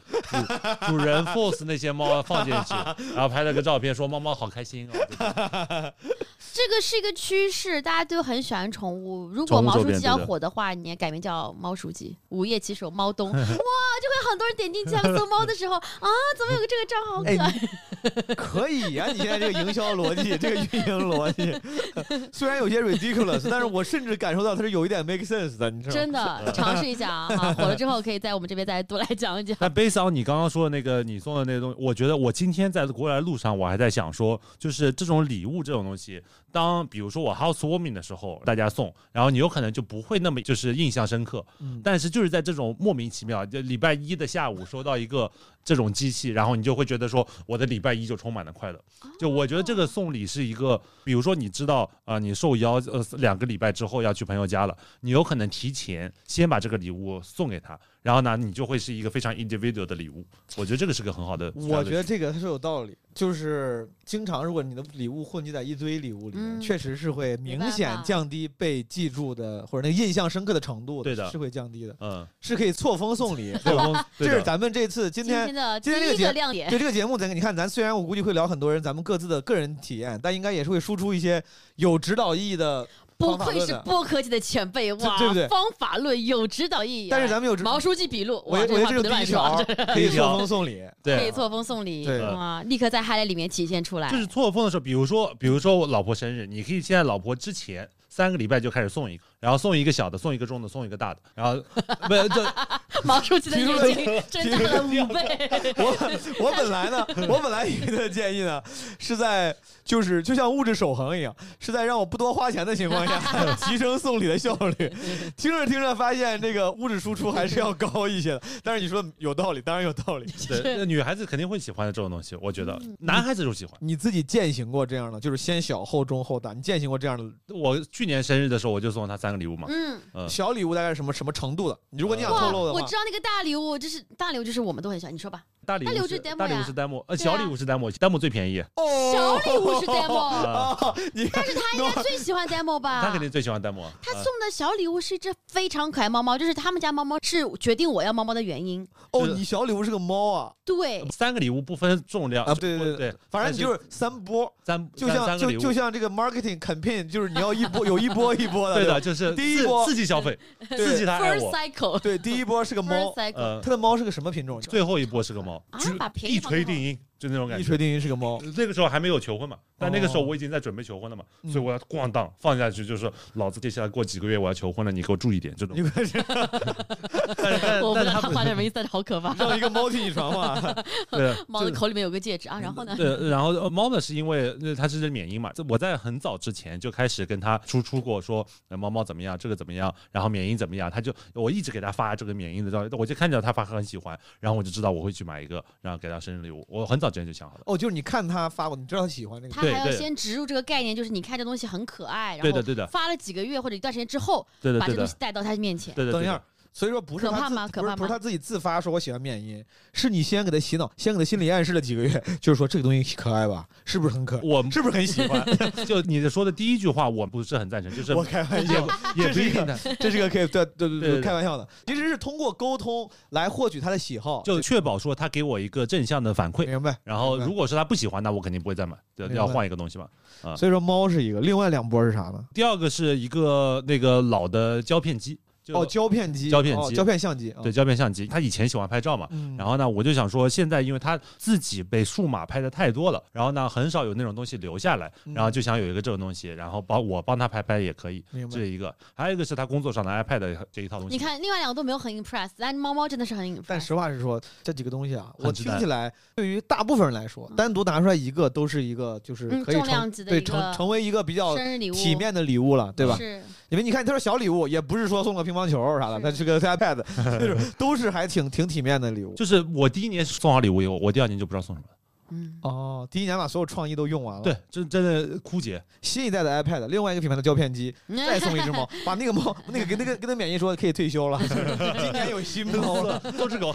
C: 主主人 force 那些猫放进去，然后拍了个照片说猫猫好开心哦。
A: 这个是一个趋势，大家都很喜欢宠物。如
C: 宠
A: 果
C: 物
A: 毛
C: 周
A: 书
C: 边
A: 记要
C: 对的
A: 火的话，你也改名叫猫书记，午夜骑手猫 东，哇，就会很多人点进去他们搜猫的时候啊，怎么有个这个账 号好可
B: 哎
A: 爱？
B: 可以呀、你现在这个营销逻辑，这个运营逻辑， 虽然有些 ridiculous，但是我甚至感受到它是有一点 make sense 的，你知道吗？
A: 真 的，尝试一下啊！哈火了之后可以在我们这边再多来讲一讲。
C: 那 based on 你刚刚说的那个你送的那个东西，我觉得我今天在过来的路上，我还在想说，就是这种礼物这种东西，当比如说我 housewarming 的时候，大家送，然后你有可能就不会那么就是印象深刻，
B: 嗯
C: 但是就是在这种莫名其妙，就礼拜一的下午收到一个这种机器，然后你就会觉得说我的礼拜一就充满了快乐。就我觉得这
A: 哦
C: 个送礼是一个，比如说你知道啊、呃你受邀呃两个礼拜之后要去朋友家了，你有可能提前先把这个礼物送给他，然后呢，你就会是一个非常 individual 的礼物。我觉得这个是个很好的 strategy。
B: 我觉得这个它是有道理，就是经常如果你的礼物混迹在一堆礼物里面，
A: 嗯
B: 确实是会明
A: 没
B: 显
A: 办法
B: 降低被记住的或者那个印象深刻的程度
C: 对的
B: 是会降低的，
C: 嗯，
B: 是可以错峰送礼。
C: 对吧？
B: 这
C: 对
B: 是
C: 的
B: 咱们这次今
A: 今
B: 天
A: 天的第
B: 今天这个
A: 一
B: 节
A: 个亮点，
B: 对这个节目，咱你看，咱虽然我估计会聊很多人咱们各自的个人体验，但应该也是会输出一些有指导意义的
A: 不
B: 方法
A: 愧
B: 论
A: 是
B: 的。
A: 播科技的前辈
B: 对
A: 哇！
B: 对不对
A: 方法论有指导意义啊。
B: 但是咱们有指，
A: 毛书记笔录，
B: 我
A: 哇
B: 觉得我觉
A: 话
B: 得
A: 不
B: 这
A: 能
B: 是
A: 乱
B: 第一
A: 说 啊
B: 条，可以错峰送礼。
A: 可以
C: 对。
A: 错峰送礼，
B: 对
A: 哇，立刻在 highlight 里面体现出来。
C: 就是错峰的时候，比如说，比如说我老婆生日，你可以现在老婆之前三个礼拜就开始送一个，然后送一个小的，送一个中的，送一个大的，然后不这
A: 毛书记的
B: 提出
A: 眼睛
B: 了
A: 睁大了五倍，
B: 我我本来呢，我本来给的建议呢，是在就是就像物质守恒一样，是在让我不多花钱的情况下 提升送礼的效率。听着听着，发现这个物质输出还是要高一些的。但是你说有道理，当然有道理。
C: 对，女孩子肯定会喜欢的这种东西，我觉得
B: 嗯
C: 男孩子都喜欢。
B: 你自己践行过这样的，就是先小后中后大，你践行过这样的
C: 我去年生日的时候，我就送她三个礼物嘛，
A: 嗯，
C: 嗯
B: 小礼物大概是什么什么程度的？如果你想
A: 哇，
B: 透露的
A: 我
B: 话
A: 知，道那个大礼物，就是大礼物，就是我们都很喜欢。你说吧，
C: 大礼
A: 大礼
C: 物
A: 物
C: 是
A: 是 demo
C: 大礼物
A: 呀
C: 是 demo，呃，
A: 对
C: 小
A: 啊
C: 礼物是 demo，demo 最便宜，
B: 哦
A: 小礼物是 demo，
C: 啊，
B: 啊， 你
A: 但是他应该最喜欢 demo 吧？
C: 他肯定最喜欢 demo 啊。
A: 他
C: 啊
A: 送的小礼物是一只非常可爱猫猫，就是他们家猫猫是决定我要猫猫的原因。
B: 哦，
C: 是
B: 你小礼物是个猫啊
A: 对，
C: 三个礼物不分重量
B: 啊！对对
C: 对
B: 对，反正你就是三波，
C: 三
B: 就
C: 三
B: 像
C: 三个
B: 就
C: 礼物，
B: 就像这个 marketing campaign，就是你要一波有一波一波的，
C: 对
B: 吧
C: 的，就是
B: 第一
C: 刺
B: 波
C: 刺激消费，
B: 对
C: 刺激他爱
D: First
C: 我。
D: cycle，
B: 对，第一波是个
A: First
B: 猫，
A: cycle
C: 呃，
B: 它的猫是个什么品种？
C: 最后一波是个猫，
A: 啊
C: 就
A: 把便宜
C: 一
A: 放在
C: 锤
A: 后
C: 定音，就那种感
B: 一
C: 觉。
B: 锤定音是个猫，
C: 那个时候还没有求婚嘛，但那个时候
B: 哦
C: 我已经在准备求婚了嘛，
B: 嗯
C: 所以我要咣当放下去，就是说老子接下来过几个月我要求婚了，你给我注意点这 种
B: 你。们是
C: 但是 但
D: 我不
C: 但
D: 知道
C: 呃他
D: 他
C: 不
D: 话什么意思，但是好可怕。
B: 让一个猫替你传话，
C: 对啊
A: 猫的口里面有个戒指啊，然后 呢？
C: 对，然后呃猫呢是因为呃它是只缅因嘛，这我在很早之前就开始跟它输出过说呃猫猫怎么样，这个怎么样，然后缅因怎么样，它就我一直给它发这个缅因的照片，我就看见它发很喜欢，然后我就知道我会去买一个，然后给它生日礼物，我很早之前就想好了。
B: 哦，就是你看它发过，你知道它喜欢那个。
A: 他
C: 嗯对
A: 还要
C: 对
A: 先植入这个概念，就是你看这东西很可爱，然
C: 对的
A: 后
C: 对的
A: 发了几个月或者一段时间之后，
C: 对的
A: 把
C: 对
A: 这东
C: 的
A: 西带到他面前。
C: 对的，
B: 等一
C: 对的
B: 下，，所以说不是
A: 可
B: 他
A: 怕
B: 自
A: 吗可
B: 不是
A: 怕
B: 不是
A: 吗
B: 他自己自发说我喜欢缅因，是你先给他洗脑，先给他心理暗示了几个月，就是说这个东西可爱吧，是不是很可爱？
C: 我
B: 是不是很喜欢？
C: 就你说的第一句话，我不是很赞成，就是
B: 我开玩
C: 也
B: 笑，
C: 也不一定的，
B: 这是个可以对对对
C: 对
B: 对
C: 对
B: 开玩笑的，其实是通过沟通来获取他的喜好，
C: 就确保说他给我一个正向的反馈。
B: 明白。
C: 然后
B: 明白
C: 如果是他不喜欢，那我肯定不会再买，对
B: 明白
C: 要换一个东西嘛。
B: 所以说猫是一个，另外两波是啥呢？
C: 第二个是一个那个老的胶片机，就
B: 哦，胶片机，
C: 胶片
B: 哦
C: 机
B: 胶片相机，啊
C: 对，胶片相机，他以前喜欢拍照嘛。
B: 嗯
C: 然后呢，我就想说，现在因为他自己被数码拍的太多了，然后呢，很少有那种东西留下来，然后就想有一个这种东西，然后帮我帮他拍拍也可以，
B: 明
C: 这
B: 白。
C: 是一个。还有一个是他工作上的 iPad 这一套东西，
A: 你看，另外两个都没有很 impress，但猫猫真的是很 impress。
B: 但实话实说，这几个东西啊，
C: 很
B: 我
C: 值
B: 听
C: 得
B: 起来对于大部分人来说
A: 嗯，
B: 单独拿出来一个都是一个就是
A: 嗯
B: 可以
A: 重量
B: 成
A: 级的
B: 对
A: 一个
B: 成成为一个比较
A: 生日礼物
B: 体面的礼物了，对吧？
A: 是
B: 因为你看，他说小礼物，也不是说送个乒乓球啥的，
A: 是
B: 他是个 iPad，就是 都是还挺挺体面的礼物。
C: 就是我第一年送好礼物以后，我第二年就不知道送什么了。
A: 嗯，
B: 哦，第一年把所有创意都用完了。
C: 对，，这真的枯竭。
B: 新一代的 iPad，另外一个品牌的胶片机， 再送一只猫，把那个猫，那个跟那个跟那免疫说可以 退休了，今年有新猫了。
C: 都是狗。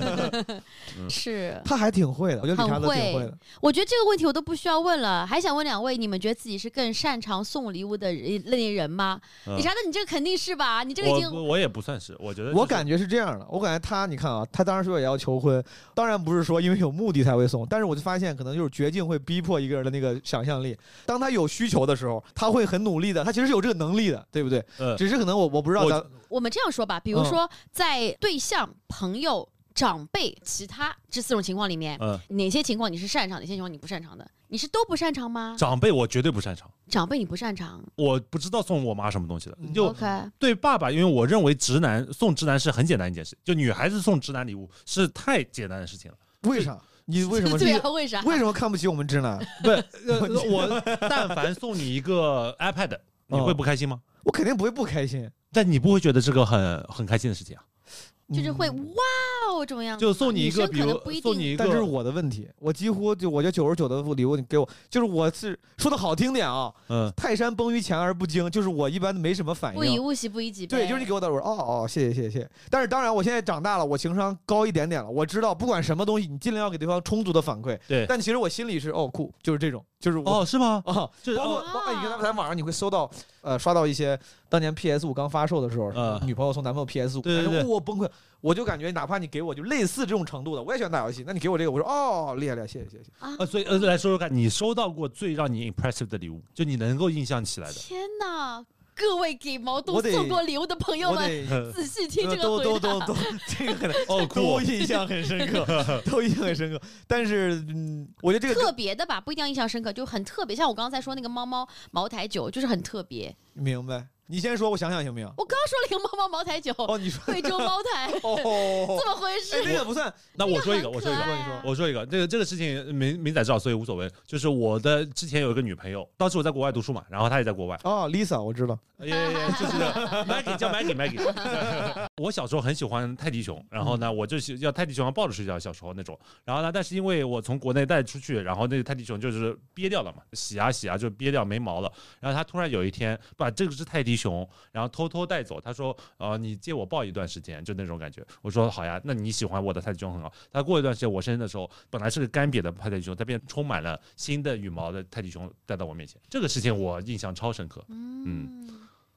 C: 嗯
A: 是。
B: 他还挺会的，我觉得理查德挺会的。
A: 我觉得这个问题我都不需要问了，还想问两位，你们觉得自己是更擅长送礼物的人类人吗？
C: 嗯
A: 理查德，你这个肯定是吧？你这个已
C: 我
A: 经
C: 我也不算是，我觉得
B: 我
C: 就是
B: 感觉是这样的，我感觉他，你看啊，他当时说也要求婚，当然不是说因为有目的才会送，但是我就发现，可能就是绝境会逼迫一个人的那个想象力。当他有需求的时候，他会很努力的，他其实是有这个能力的，对不对？
C: 呃
B: 只是可能我我不知道
C: 我
B: 咱
A: 嗯我们这样说吧，比
C: 嗯
A: 如说在对象、朋友、长辈、其他这四种情况里面，
C: 嗯，
A: 哪些情况你是擅长，哪些情况你不擅长的？你是都不擅长吗？
C: 长辈我绝对不擅长，
A: 长辈你不擅长
C: 我不知道送我妈什么东西的
B: 嗯。
C: 就
A: ，OK，
C: 对爸爸，因为我认为直男送直男是很简单一件事，就女孩子送直男礼物是太简单的事情了。
B: 为啥你为 什么
A: 对啊，为啥？
B: 为什么看不起我们直 男？
C: 不， 呃我但凡送你一个
B: 嗯
C: iPad，你会不开心吗？
B: 我肯定不会不开心，
C: 但你不会觉得这个很很开心的事情啊？
A: 就是会
B: 嗯
A: 哇哦这么样子吗，
C: 就送你一个，比
A: 女生可
C: 如
A: 能不一定
C: 送你一个，
B: 但这是我的问题，我几乎就我觉得九十九的礼物你给我，就是我是说的好听点啊，
C: 嗯，
B: 泰山崩于前而不惊，就是我一般没什么反
A: 不以
B: 应。
A: 物喜，不以己悲。
B: 哎对，就是你给我的，我说哦哦，谢谢谢谢谢谢。但是当然，我现在长大了，我情商高一点点了，我知道不管什么东西，你尽量要给对方充足的反馈。
C: 对
B: 但其实我心里是哦酷，就是这种，就是我
C: 哦，是吗？
B: 哦，
C: 就是
B: 包括
C: 哦，
B: 包括你刚才网上你会搜到呃刷到一些当年 PS 五刚发售的时候，
C: 嗯
B: 女朋友送男朋友 PS 五，
C: 对对
B: 男生
C: 对
B: 哇我崩溃，我就感觉哪怕你给我就类似这种程度的，我也喜欢打游戏，那你给我这个，我说哦厉害厉害，谢谢谢谢。
A: 啊
C: 呃，所以呃，来说说看，你收到过最让你 impressive 的礼物，就你能够印象起来 的。
A: 天哪！各位给毛
B: 我
A: 东
B: 得
A: 送过礼物的朋友
B: 我
A: 们，
B: 得呃
A: 仔细听这个
B: 都都
A: 回
B: 都
A: 答。
B: 都，这个很
C: 哦，
B: 都
C: 酷，
B: 印象很深刻， 都印象很深刻。但是，嗯，我觉得这个
A: 特别的吧，不一定要印象深刻，就很 特别。像我刚才说那个猫猫茅台酒，就是很特别。
B: 明白。你先说，我想想行不行？
A: 我刚说了一个猫猫茅台酒，
B: 哦，你说
A: 贵州茅台，
B: 哦，
A: 怎么回事
B: 哎，？这个不算。
C: 那我说一个，我说一
A: 这
C: 个
A: 个。很可爱
B: 你说你
A: 啊
C: 我说一个，这个这个事情明明仔知道，所以无所谓。就是我的之前有一个女朋友，当时我在国外读书嘛，然后她也在国外，
B: 哦，Lisa，我知道。
C: 也也也就是 Maggie 叫 Maggie Maggie。我小时候很喜欢泰迪熊，然后呢，我就是要泰迪熊要抱着睡觉，小时候那种。然后呢，但是因为我从国内带出去，然后那个泰迪熊就是憋掉了嘛，洗啊洗啊就憋掉没毛了。然后它突然有一天把这只泰迪熊，然后偷偷带走。他说，呃，你借我抱一段时间，就那种感觉。我说好呀，那你喜欢我的泰迪熊很好。他过一段时间我生日的时候，本来是个干瘪的泰迪熊，它变充满了新的羽毛的泰迪熊带到我面前。这个事情我印象超深刻，
A: 嗯，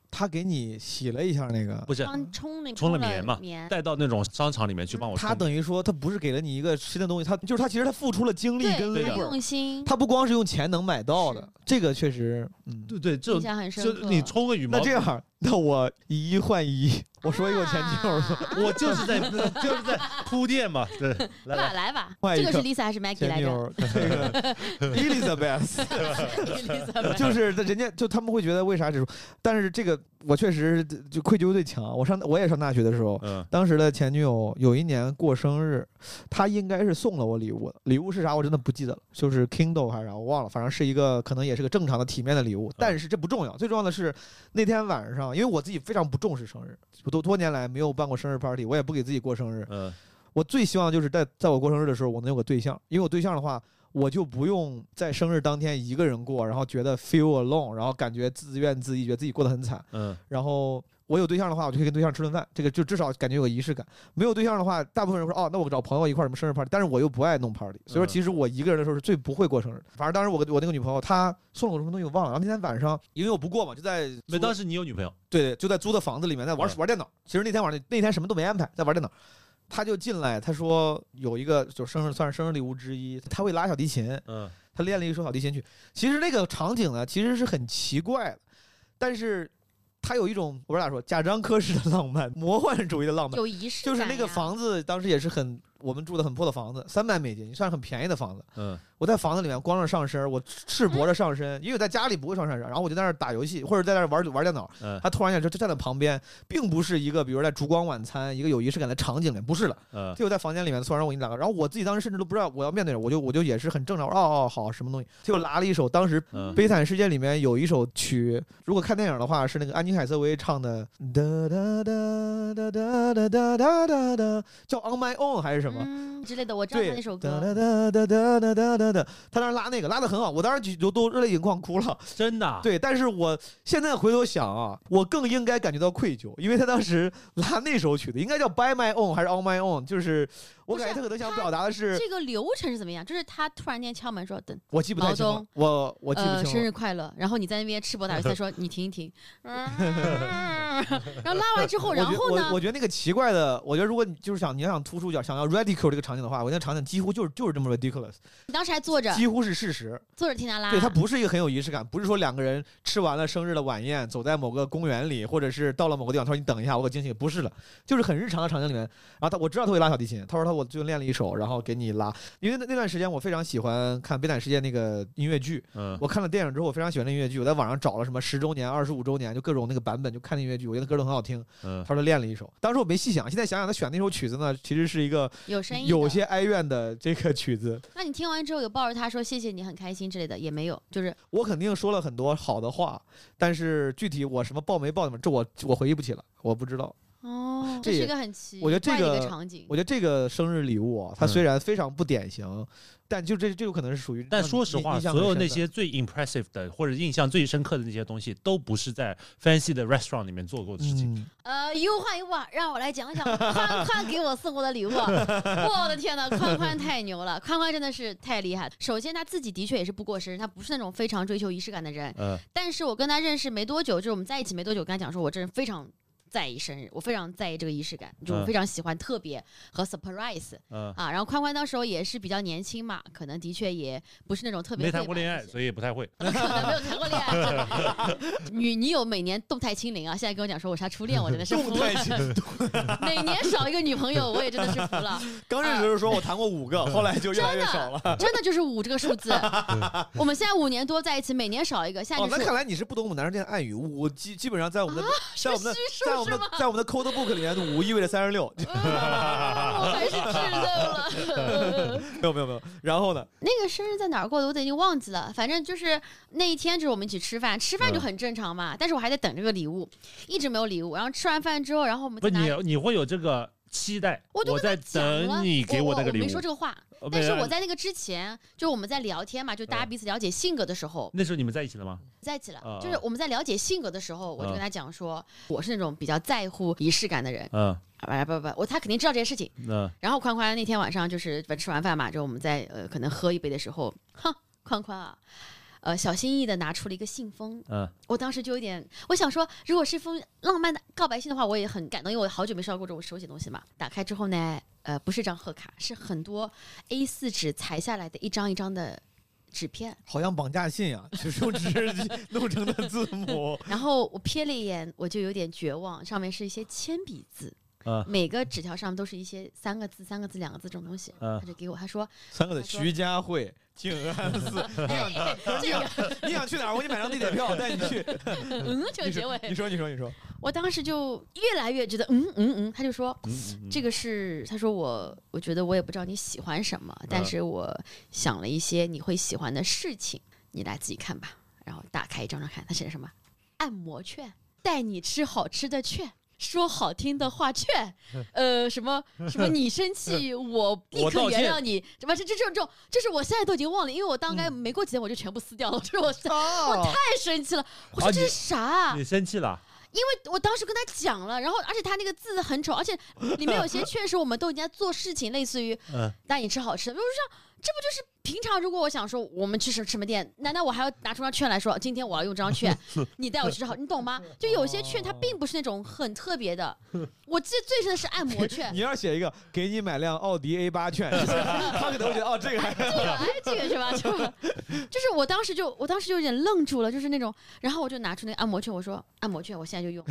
B: 他给你洗了一下那个，
C: 不是
A: 帮冲那个
C: 充了棉
A: 棉
C: 嘛带到那种商场里面去帮我充
B: 他等于说他不是给了你一个新的东西，他就是他其实他付出了精力
A: 对，
B: 跟
C: 对
B: labor，
A: 他
C: 的
A: 用心，
B: 他不光是用钱能买到的
A: 是，
B: 这个确实，嗯。
C: 对对，这
A: 印象很深
C: 就
A: 刻。
C: 你充个羽毛
B: 那，这样，那我以一换一，我说一个我前女友的，
A: 啊
C: 我就是在就是在铺垫嘛，对， 来
A: 吧，
C: 来。
A: 来吧，
B: 换一
A: 这个
B: 个
A: 是 Lisa 还是 Maggie
B: 前
A: 来
B: 女
A: 着？
B: 友这个 Elizabeth，
A: Lisa
B: 就是人家就他们会觉得为啥这种，但是这个我确实就愧疚最强。我上我也上大学的时候，
C: 嗯，
B: 当时的前女友有一年过生日，她应该是送了我礼物的，礼物是啥我真的不记得了，就是 Kindle 还是啥我忘了，反正是一个可能也是个正常的体面的礼物，但是这不重要，最重要的是那天晚上，因为我自己非常不重视生日，我多多年来没有办过生日 party，我也不给自己过生日，
C: 嗯，
B: 我最希望就是在在我过生日的时候，我能有个对象，因为我对象的话，我就不用在生日当天一个人过，然后觉得 feel alone，然后感觉自怨自艾，觉得自己过得很惨。
C: 嗯
B: 然后我有对象的话，我就可以跟对象吃顿饭，这个就至少感觉有个仪式感。没有对象的话，大部分人说哦，那我找朋友一块儿什么生日 party，但是我又不爱弄 party，所以说
C: 嗯
B: 其实我一个人的时候是最不会过生日的。反正当时我跟我那个女朋友她送了我什么东西我忘了，然后那天晚上因为我不过嘛，就在
C: 没，当时你有女朋友，
B: 对对，就在租的房子里面在玩、
C: 嗯
B: 玩电脑。其实那天晚上那天什么都没安排，在玩电脑。他就进来，他说有一个就生日算是生日礼物之一，他会拉小提琴，
C: 嗯，
B: 他练了一首小提琴曲。其实那个场景呢，其实是很奇怪的，但是他有一种我不知道咋说，贾樟柯式的浪漫，魔幻主义的浪漫，
A: 有仪式
B: 就是那
A: 感呀，
B: 个房子当时也是很我们住的很破的房子，三百美金，算是很便宜的房子。
C: 嗯
B: 我在房子里面光着上身，我赤膊着上身，因为我在家里不会穿上身，然后我就在那儿打游戏或者在那儿玩玩电脑。
C: 嗯
B: 他突然一下就就站在旁边，并不是一个比如在烛光晚餐一个有仪式感的场景里面，不是的，
C: 嗯
B: 就在房间里面突然让我给你打个，然后我自己当时甚至都不知道我要面对什么，我就我就也是很正常，我说哦哦好什么东西，就拉了一首当时《
C: 嗯，
B: 悲惨世界》里面有一首曲，如果看电影的话是那个安妮海瑟薇唱的哒哒哒哒哒哒哒哒哒哒，叫《On My Own》还是什么？
A: 嗯之类的，我知道
B: 对，
A: 他那首
B: 哒
A: 歌，
B: 哒哒哒哒哒哒哒哒，他当时拉那个拉的很好，我当时就就都热泪盈眶哭了。
C: 真的啊，
B: 对，但是我现在回头想啊，我更应该感觉到愧疚，因为他当时拉那首曲子，应该叫《By My Own》还是《On My Own》，就是我
A: 不是
B: 感觉他可能想
A: 他
B: 表达的是，
A: 这个流程是怎么样？就是他突然间敲门说：“等，
B: 我记不太
A: 毛
B: 清了
A: 东，
B: 我我记
A: 呃，
B: 不
A: 生
B: 清了。
A: 日快乐。”然后你在那边吃博打游戏，他说：“你停一 停。”然后拉完之后，
B: 我
A: 然
B: 觉
A: 后呢
B: 我？我觉得那个奇怪的，我觉得如果你就是想你要想突出一点，想要 radical 这个场景的话，我那场景几乎就是就是这么 ridiculous，
A: 你当时还坐着，
B: 几乎是事实。
A: 坐着听他拉，
B: 对，它不是一个很有仪式感，不是说两个人吃完了生日的晚宴，走在某个公园里，或者是到了某个地方，他说你等一下，我有惊喜，不是的，就是很日常的场景里面。然后他我知道他会拉小提琴，他说他我就练了一首，然后给你拉，因为那那段时间我非常喜欢看《悲惨世界》那个音乐剧，
C: 嗯
B: 我看了电影之后我非常喜欢那音乐剧，我在网上找了什么十周年、二十五周年，就各种那个版本，就看那音乐剧，我觉得歌都很好听。
C: 嗯
B: 他说他练了一首，当时我没细想，现在想想他选那首曲子呢，其实是一个
A: 有声音的。
B: 有些哀怨的这个曲子。
A: 那你听完之后有抱着他说谢谢你很开心之类的也没有，就是
B: 我肯定说了很多好的话，但是具体我什么报没报什么，这我我回忆不起了，我不知道。
A: 哦，这
B: 这
A: 是
B: 也
A: 一个很奇
B: 我
A: 怪
B: 觉
A: 的
B: 得这
A: 一
B: 个
A: 个场景
B: 我。觉得这个生日礼物啊，它
C: 嗯
B: 虽然非常不典型，但就这这有可能是属于。
C: 但说实话，所有那些最 impressive 的或者印象最深刻的那些东西，都不是在 fancy 的 restaurant 里面做过的事情。
B: 嗯，
A: 呃，一物换一物啊，让我来讲 讲宽宽给我送过的礼物。我的天呐，宽宽太牛了，宽宽真的是太厉害了。首先他自己的确也是不过生日，他不是那种非常追求仪式感的人。
C: 嗯
A: 但是我跟他认识没多久，就是我们在一起没多久，我跟他讲说，我这人非常在意生日，我非常在意这个仪式感，就我
C: 嗯
A: 非常喜欢特别和 surprise
C: 嗯，
A: 啊。然后宽宽那时候也是比较年轻嘛，可能的确也不是那种特别
C: 没谈
A: 会
C: 过
A: 买
C: 恋
A: 东
C: 爱，
A: 西
C: 所以也不太会。
A: 怎么可能没有谈过恋爱？ 女女友每年动态清零啊！现在跟我讲说我是她初恋，我真的是服
B: 动
A: 了。
B: 态清。
A: 每年少一个女朋友，我也真的是服了。
B: 刚认识的时候说我谈过五 个，后来就越来越少了。
A: 真的就是五这个 数字。我们现在五年多在一起，每年少一个，现在
B: 哦，
A: 就
B: 那
A: 是
B: 看来你是不懂我们男生间的暗语。五基基本上在我们的、在我们的
A: 是
B: 在我们的在我们的 code book 里面，五意味着三十六。
A: 啊我还是稚嫩 了。
B: 没有没有没有。然后呢？
A: 那个生日在哪儿过的，我都已经忘记了。反正就是那一天，就是我们一起吃饭，吃饭就很正常嘛。但是我还在等这个礼物，一直没有礼物。然后吃完饭之后，然后我们
C: 不，
A: 在拿
C: 你你会有这个期待，
A: 我都
C: 我
A: 跟他
C: 在
A: 讲了
C: 等你给
A: 我
C: 那个
A: 我
C: 礼
A: 没
C: 物
A: 说。这个话，
C: 呃
A: 但
C: 没
A: 是
C: 有
A: 我在那个之前，就是我们在聊天嘛，就大家
C: 嗯
A: 彼此了解性格的时候，
C: 那时候你们在一起了吗？
A: 在一起了
C: 啊。
A: 就是我们在了解性格的时候，
C: 嗯
A: 我就跟他讲说，我是那种比较在乎仪式感的人。
C: 嗯，
A: 啊不不不，我他肯定知道这些事情。
C: 那
A: 然后宽宽那天晚上就是反正吃完饭嘛，就我们在呃可能喝一杯的时候，哼，宽宽啊，呃小心翼翼的拿出了一个信封，
C: 嗯
A: 我当时就有点，我想说，如果是一封浪漫的告白信的话，我也很感动，因为我好久没收到过这种手写东西嘛。打开之后呢，呃，不是张贺卡，是很多 A 4纸裁下来的一张一张的纸片。
B: 好像绑架信啊，就是用纸弄成的字母。
A: 然后我瞥了一眼，我就有点绝望，上面是一些铅笔字，
C: 嗯
A: 每个纸条上都是一些三个字、三个字、两个字这种东
B: 啊
A: 西。
C: 嗯
A: 他就给我，他 说
B: 三个的徐家汇、静安寺， 你想你想去哪儿？我给你买张地铁票，带你去。：“
A: 嗯，这个
B: 你
A: 结
B: 说
A: 尾。
B: 你说，你说，你说，”
A: 我当时就越来越觉得，嗯嗯嗯，他就说，
C: 嗯嗯嗯
A: 这个是他说我，我觉得我也不知道你喜欢什么，
C: 嗯
A: 但是我想了一些你会喜欢的事情，你来自己看吧。然后打开一张张看，他写的什么？按摩券，带你吃好吃的券，说好听的话 券，呃，什么什么，你生气我立
C: 我
A: 刻
C: 道歉
A: 原谅你，什么这这这种这种，就是我现在都已经忘了，因为我大概
C: 嗯
A: 没过几天我就全部撕掉了，这是我太
B: 哦，
A: 生气了，我说
C: 啊
A: 这
C: 你
A: 是啥啊、
C: 你生气了？
A: 因为我当时跟他讲了，然后而且他那个字很丑，而且里面有些确实我们都已经在做事情，类似于
C: 嗯，
A: 带你吃好吃的，我就想这不就是平常如果我想说我们去什么什么店，难道我还要拿出张券来说今天我要用这张券，你带我去吃好，你懂吗？就有些券它并不是那种很特别的，我记得最深的是按摩券
B: 你，要写一个，给你买辆奥迪 A 八券， 他可能会觉得哦，这个还
A: 这个哎这个是吧？就就是我当时就我当时就有点愣住了，就是那种，然后我就拿出那个按摩券，我说按摩券我现在就用，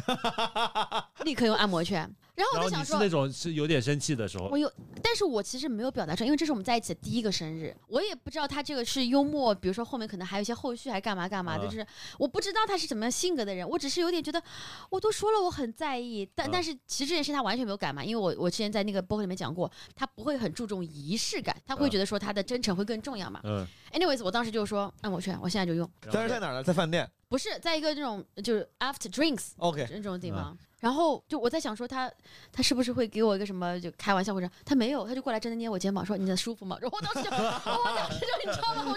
A: 立刻用按摩券，然后我
C: 然后
A: 就
C: 你
A: 想
C: 是
A: 说
C: 那。种是有点生气的时候
A: 我，有，但是我其实没有表达出来，因为这是我们在一起的第一个生日，我也不知道他这个是幽默，比如说后面可能还有一些后续，还干嘛干嘛的，
C: 啊
A: 就是我不知道他是什么样性格的人，我只是有点觉得，我都说了我很在意，但、
C: 啊
A: 但是其实这件事他完全没有改嘛，因为我我之前在那个播客里面讲过，他不会很注重仪式感，他会
C: 啊
A: 觉得说他的真诚会更重要嘛。
C: 嗯，
A: Anyways，我当时就说按摩券，我现在就用，
C: 然后
B: 但是在哪儿呢？在饭店。
A: 不是在一个这种就是 after drinks，
B: OK，
A: 这种地
C: 嗯
A: 方。然后就我在想说他他是不是会给我一个什么就开玩笑或者他没有，他就过来真的捏我肩膀说你的舒服吗？然后我当时就 我当时就你知道吗？我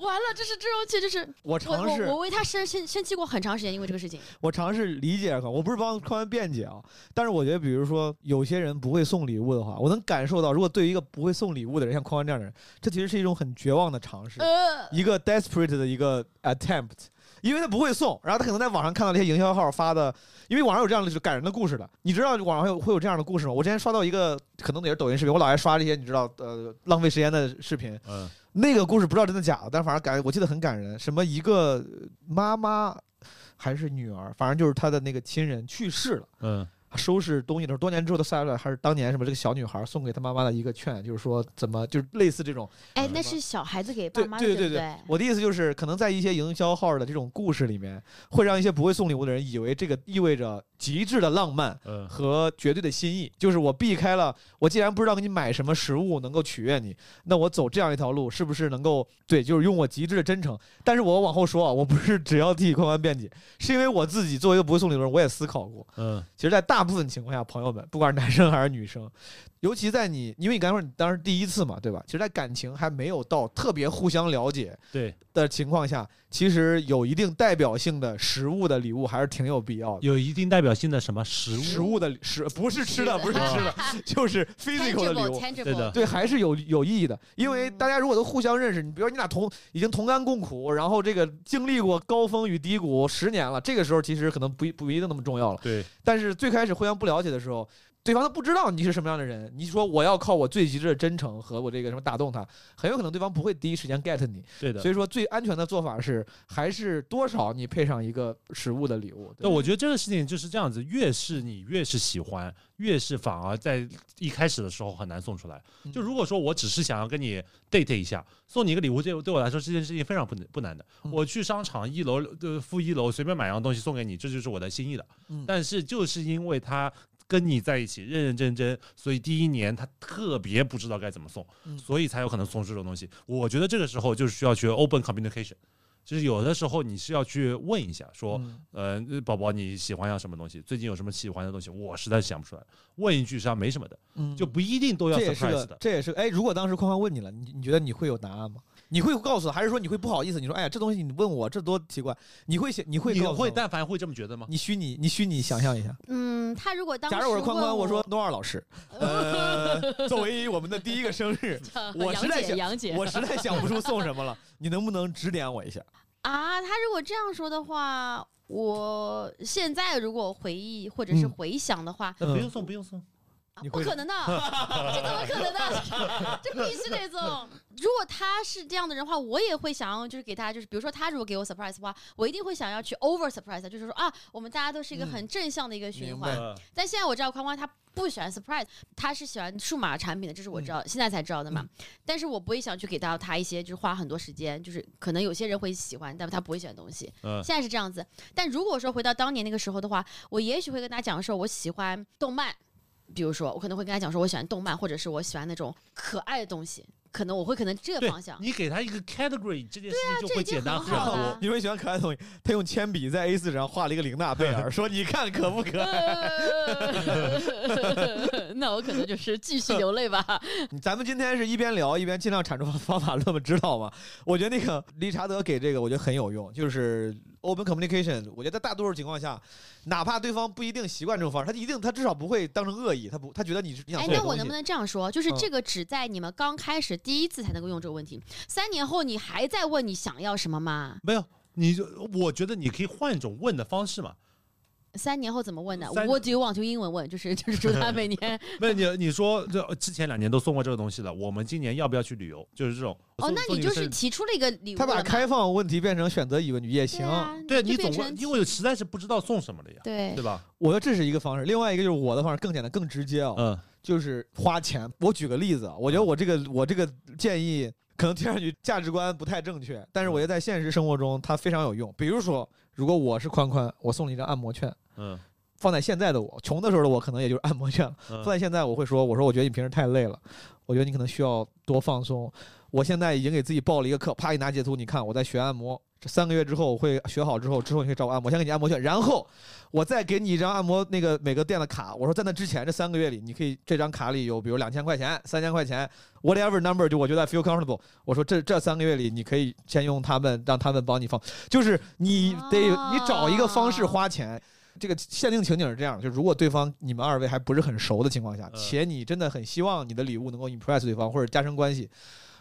A: 就完了，这是这种气，就是
B: 我
A: 我
B: 尝
A: 我
B: 试
A: 我，为他生生生气过很长时间，因为这个事情。
B: 我尝试理解，我不是帮宽宽辩解啊，但是我觉得，比如说有些人不会送礼物的话，我能感受到，如果对于一个不会送礼物的人，像宽宽这样的人，这其实是一种很绝望的尝试。
A: 呃，
B: 一个 desperate 的一个 attempt，因为他不会送，然后他可能在网上看到这些营销号发的，因为网上有这样的感人的故事的，你知道网上会有会有这样的故事吗？我之前刷到一个，可能也是抖音视频，我老爱刷这些你知道呃浪费时间的视频，
C: 嗯
B: 那个故事不知道真的假的，但反正感我记得很感人，什么一个呃妈妈还是女儿，反正就是她的那个亲人去世了。
C: 嗯
B: 收拾东西的时候，多年之后她算出来，还是当年什么这个小女孩送给她妈妈的一个券，就是说怎么就是类似这种
A: 哎
C: 嗯，
A: 那是小孩子给爸
B: 对
A: 妈的，
B: 对
A: 不
B: 对我的意思就是，可能在一些营销号的这种故事里面，会让一些不会送礼物的人以为这个意味着极致的浪漫
C: 嗯
B: 和绝对的心意。就是我避开了，我既然不知道给你买什么食物能够取悦你，那我走这样一条路，是不是能够对？就是用我极致的真诚。但是我往后说啊，我不是只要替宽宽辩解，是因为我自己作为一个不会送礼物的人，我也思考过。
C: 嗯
B: 其实，在大部分情况下，朋友们，不管是男生还是女生，尤其在你，因为你刚才说你当时第一次嘛，对吧？其实，在感情还没有到特别互相了解，
C: 对，
B: 的情况下，其实有一定代表性的食物的礼物还是挺有必要的。
C: 有一定代表性的什么食
B: 食
C: 物？
B: 物的食不是吃的，不是吃 的，
A: 的，
B: 就是 physical 的礼物。
A: tangible，
C: 对的
B: 对，还是有有意义的，因为
A: 嗯
B: 大家如果都互相认识，你比如说你俩同已经同甘共苦，然后这个经历过高峰与低谷十年了，这个时候其实可能不一不一定那么重要了。
C: 对，
B: 但是最开始互相不了解的时候，对方他不知道你是什么样的人，你说我要靠我最极致的真诚和我这个什么打动他，很有可能对方不会第一时间 get 你，
C: 对的
B: 所。以说，最安全的做法是，还是多少你配上一个食物的礼物。对
C: 对，
B: 吧
C: 我觉得这个事情就是这样子，越是你越是喜欢，越是反而在一开始的时候很难送出来。
B: 嗯
C: 就如果说我只是想要跟你 date 一下，送你一个礼物，对我对我来说这件事情非常不难不难的。
B: 嗯
C: 我去商场一楼呃负一楼随便买样东西送给你，这就是我的心意了。
B: 嗯
C: 但是就是因为他。跟你在一起认认真真，所以第一年他特别不知道该怎么送，
B: 嗯
C: 所以才有可能送出这种东西。我觉得这个时候就是需要去 open communication，就是有的时候你是要去问一下，说
B: 嗯
C: 呃，宝宝你喜欢要什么东西？最近有什么喜欢的东西？我实在想不出来。问一句实际上没什么的，
B: 嗯
C: 就不一定都要
B: 这也是
C: surprise
B: 个
C: 的，。
B: 这也是哎，如果当时宽宽问你了，你你觉得你会有答案吗？你会告诉他，还是说你会不好意思？你说哎呀，这东西你问我，这多奇怪。你会写，你会
C: 你
B: 告诉嗯
C: 会
B: 他吗
C: 但凡会这么觉得吗？
B: 你虚拟，你虚拟想象一下，
A: 嗯，他如果当时
B: 假如我是宽
A: 问
B: 宽，
A: 我
B: 我说诺尔老 师，呃， 作为我们的第一个生日， 我
A: 杨
B: 实在
A: 姐，
B: 想
A: 杨姐
B: 我实在想不出送什么了，你能不能指点我一下？
A: 啊，他如果这样说的话，我现在如果回忆或者是
B: 嗯
A: 回想的话，
C: 那
B: 嗯
C: 不用送，不用送。
A: 啊
B: 你
A: 不
B: 会
A: 可 能的，这怎么可能的？ 这必须得送。如果他是这样的人的话，我也会想要就是给他，就是比如说他如果给我 surprise 的话，我一定会想要去 over surprise，他就是说啊，我们大家都是一个
B: 嗯
A: 很正向的一个循
B: 明
A: 环
B: 白。
C: 呃
A: 但现在我知道宽宽他不喜欢 surprise，他是喜欢数码产品的，这是我知
B: 嗯
A: 道、现在才知道的嘛。但是我不会想去给到他一些就是花很多时间，就是可能有些人会喜欢，但他不会喜欢的东西。
C: 呃，
A: 现在是这样子，但如果说回到当年那个时候的话，我也许会跟他讲说，我喜欢动漫，比如说我可能会跟他讲说我喜欢动漫，或者是我喜欢那种可爱的东西，可能我会可能这个
C: 对
A: 方向，。 啊
C: 你给他一个 category，这件事情就
A: 这
C: 会
A: 已经
C: 简单
A: 很好
C: 多。
A: 了。
B: 因为喜欢可爱的东西，他用铅笔在 A 4上画了一个玲娜贝尔，说你看可不可 爱？
A: 那我可能就是继续流泪吧。
B: 咱们今天是一边聊一边尽量产出方法论嘛，知道吗？我觉得那个理查德给这个我觉得很有用，就是 open communication。我觉得在大多数情况下，哪怕对方不一定习惯这种方式，他一定他至少不会当成恶意，他不他觉得你是你想
A: 哎，
B: 送
A: 那
B: 东
A: 我
B: 西
A: 能不能这样说？就是
B: 嗯
A: 这个只在你们刚开始第一次才能够用这个问题，三年后你还在问你想要什么吗？
C: 没有，你就我觉得你可以换一种问的方式 嘛。
A: 三年后怎么问呢
C: 三
A: ？What do you want？用英文问，就是就是祝他每年
C: 那你你说这之前两年都送过这个东西了，我们今年要不要去旅游？就是这种。
A: 哦，
C: 送
A: 那
C: 送
A: 你
C: 个
A: 就是
C: 生日
A: 提出了一个礼物
B: 他
A: 了
B: 把
A: 嘛
B: 开放问题变成选择疑问句也行
A: 对。啊，
C: 对
A: 就
C: 你
A: 变
C: 总
A: 成
C: 问，因为我实在是不知道送什么了呀，
A: 对
C: 对吧？
B: 我觉得这是一个方式，另外一个就是我的方式更简单、更直接啊、
C: 嗯，
B: 就是花钱。我举个例子啊，我觉得我这个我这个建议可能听上去价值观不太正确，但是我觉得在现实生活中它非常有用。比如说，如果我是宽宽，我送了一张按摩券，
C: 嗯，
B: 放在现在的我，穷的时候的我可能也就是按摩券了。
C: 嗯
B: 放在现在，我会说，我说我觉得你平时太累了，我觉得你可能需要多放松。我现在已经给自己报了一个课，啪一拿截图，你看我在学按摩。这三个月之后我会学好之后，之后你可以找我按摩，先给你按摩券，然后我再给你一张按摩那个每个店的卡。我说在那之前这三个月里，你可以这张卡里有比如两千块钱、三千块钱，whatever number，就我觉得 feel comfortable。我说这这三个月里，你可以先用他们，让他们帮你放，就是你得
A: 哦
B: 你找一个方式花钱。这个限定情景是这样的，就如果对方你们二位还不是很熟的情况下，
C: 嗯
B: 且你真的很希望你的礼物能够 impress 对方或者加深关系，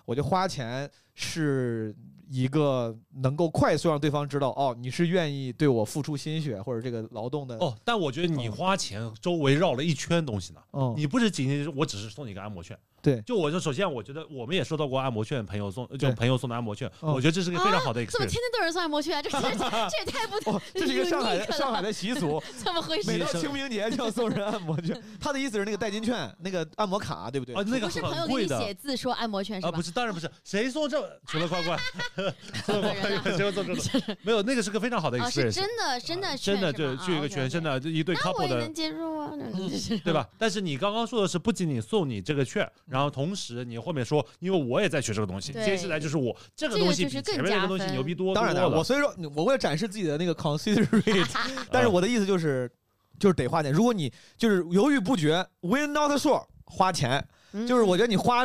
B: 我觉得花钱是一个能够快速让对方知道哦，你是愿意对我付出心血或者这个劳动的。
C: 哦，但我觉得你花钱周围绕了一圈东西呢。
B: 嗯，
C: 你不是仅仅是我只是送你个按摩券，
B: 对
C: 就我就首先我觉得我们也收到过按摩券，朋友送就
B: 对
C: 朋友送的按摩券，
B: 嗯
C: 我觉得这是个非常好的
A: 怎么
C: experience。
A: 天天都有人送按摩去啊？这这 这也太不
B: 哦，这是一个上海的
A: unique 了
B: 上海的习 俗，
A: 怎么回事？
B: 每到清明节就要送人按摩 券。他的意思是那个代金券、那个按摩卡，对不对？
C: 啊，那个
A: 不是朋友
C: 很
A: 给
C: 贵
A: 你
C: 的
A: 写字说按摩券是
C: 啊，
A: 吧哦
C: 不？是，当然不是，谁送这？除 了关关，除了关
A: 人啊
C: 关，谁会送这种？没有，那个是个非常好的
A: 啊，是
C: experience，
A: 真的真的
C: 真的就去一个
A: 全
C: 全身，的一对
A: 哦那我
C: couple
A: 也
C: 的
A: 能，接受啊，
C: 对吧？但是你刚刚说的是，不仅仅送你这个券，然后同时你后面说，因为我也在学这个东西，
A: 嗯对
C: 接下来就是我这个
A: 这个
C: 东西
A: 就
C: 比
A: 是
C: 前
A: 更
C: 面那
A: 加
C: 个东西
A: 分
C: 牛逼多多
B: 当然了，我
C: 了。
B: 所以说我为了展示自己的那个 considerate，但
C: 嗯
B: 是我的意思就是，就是得花钱。如果你就是犹豫不决，we're not sure，花钱。
A: 嗯
B: 就是我觉得你花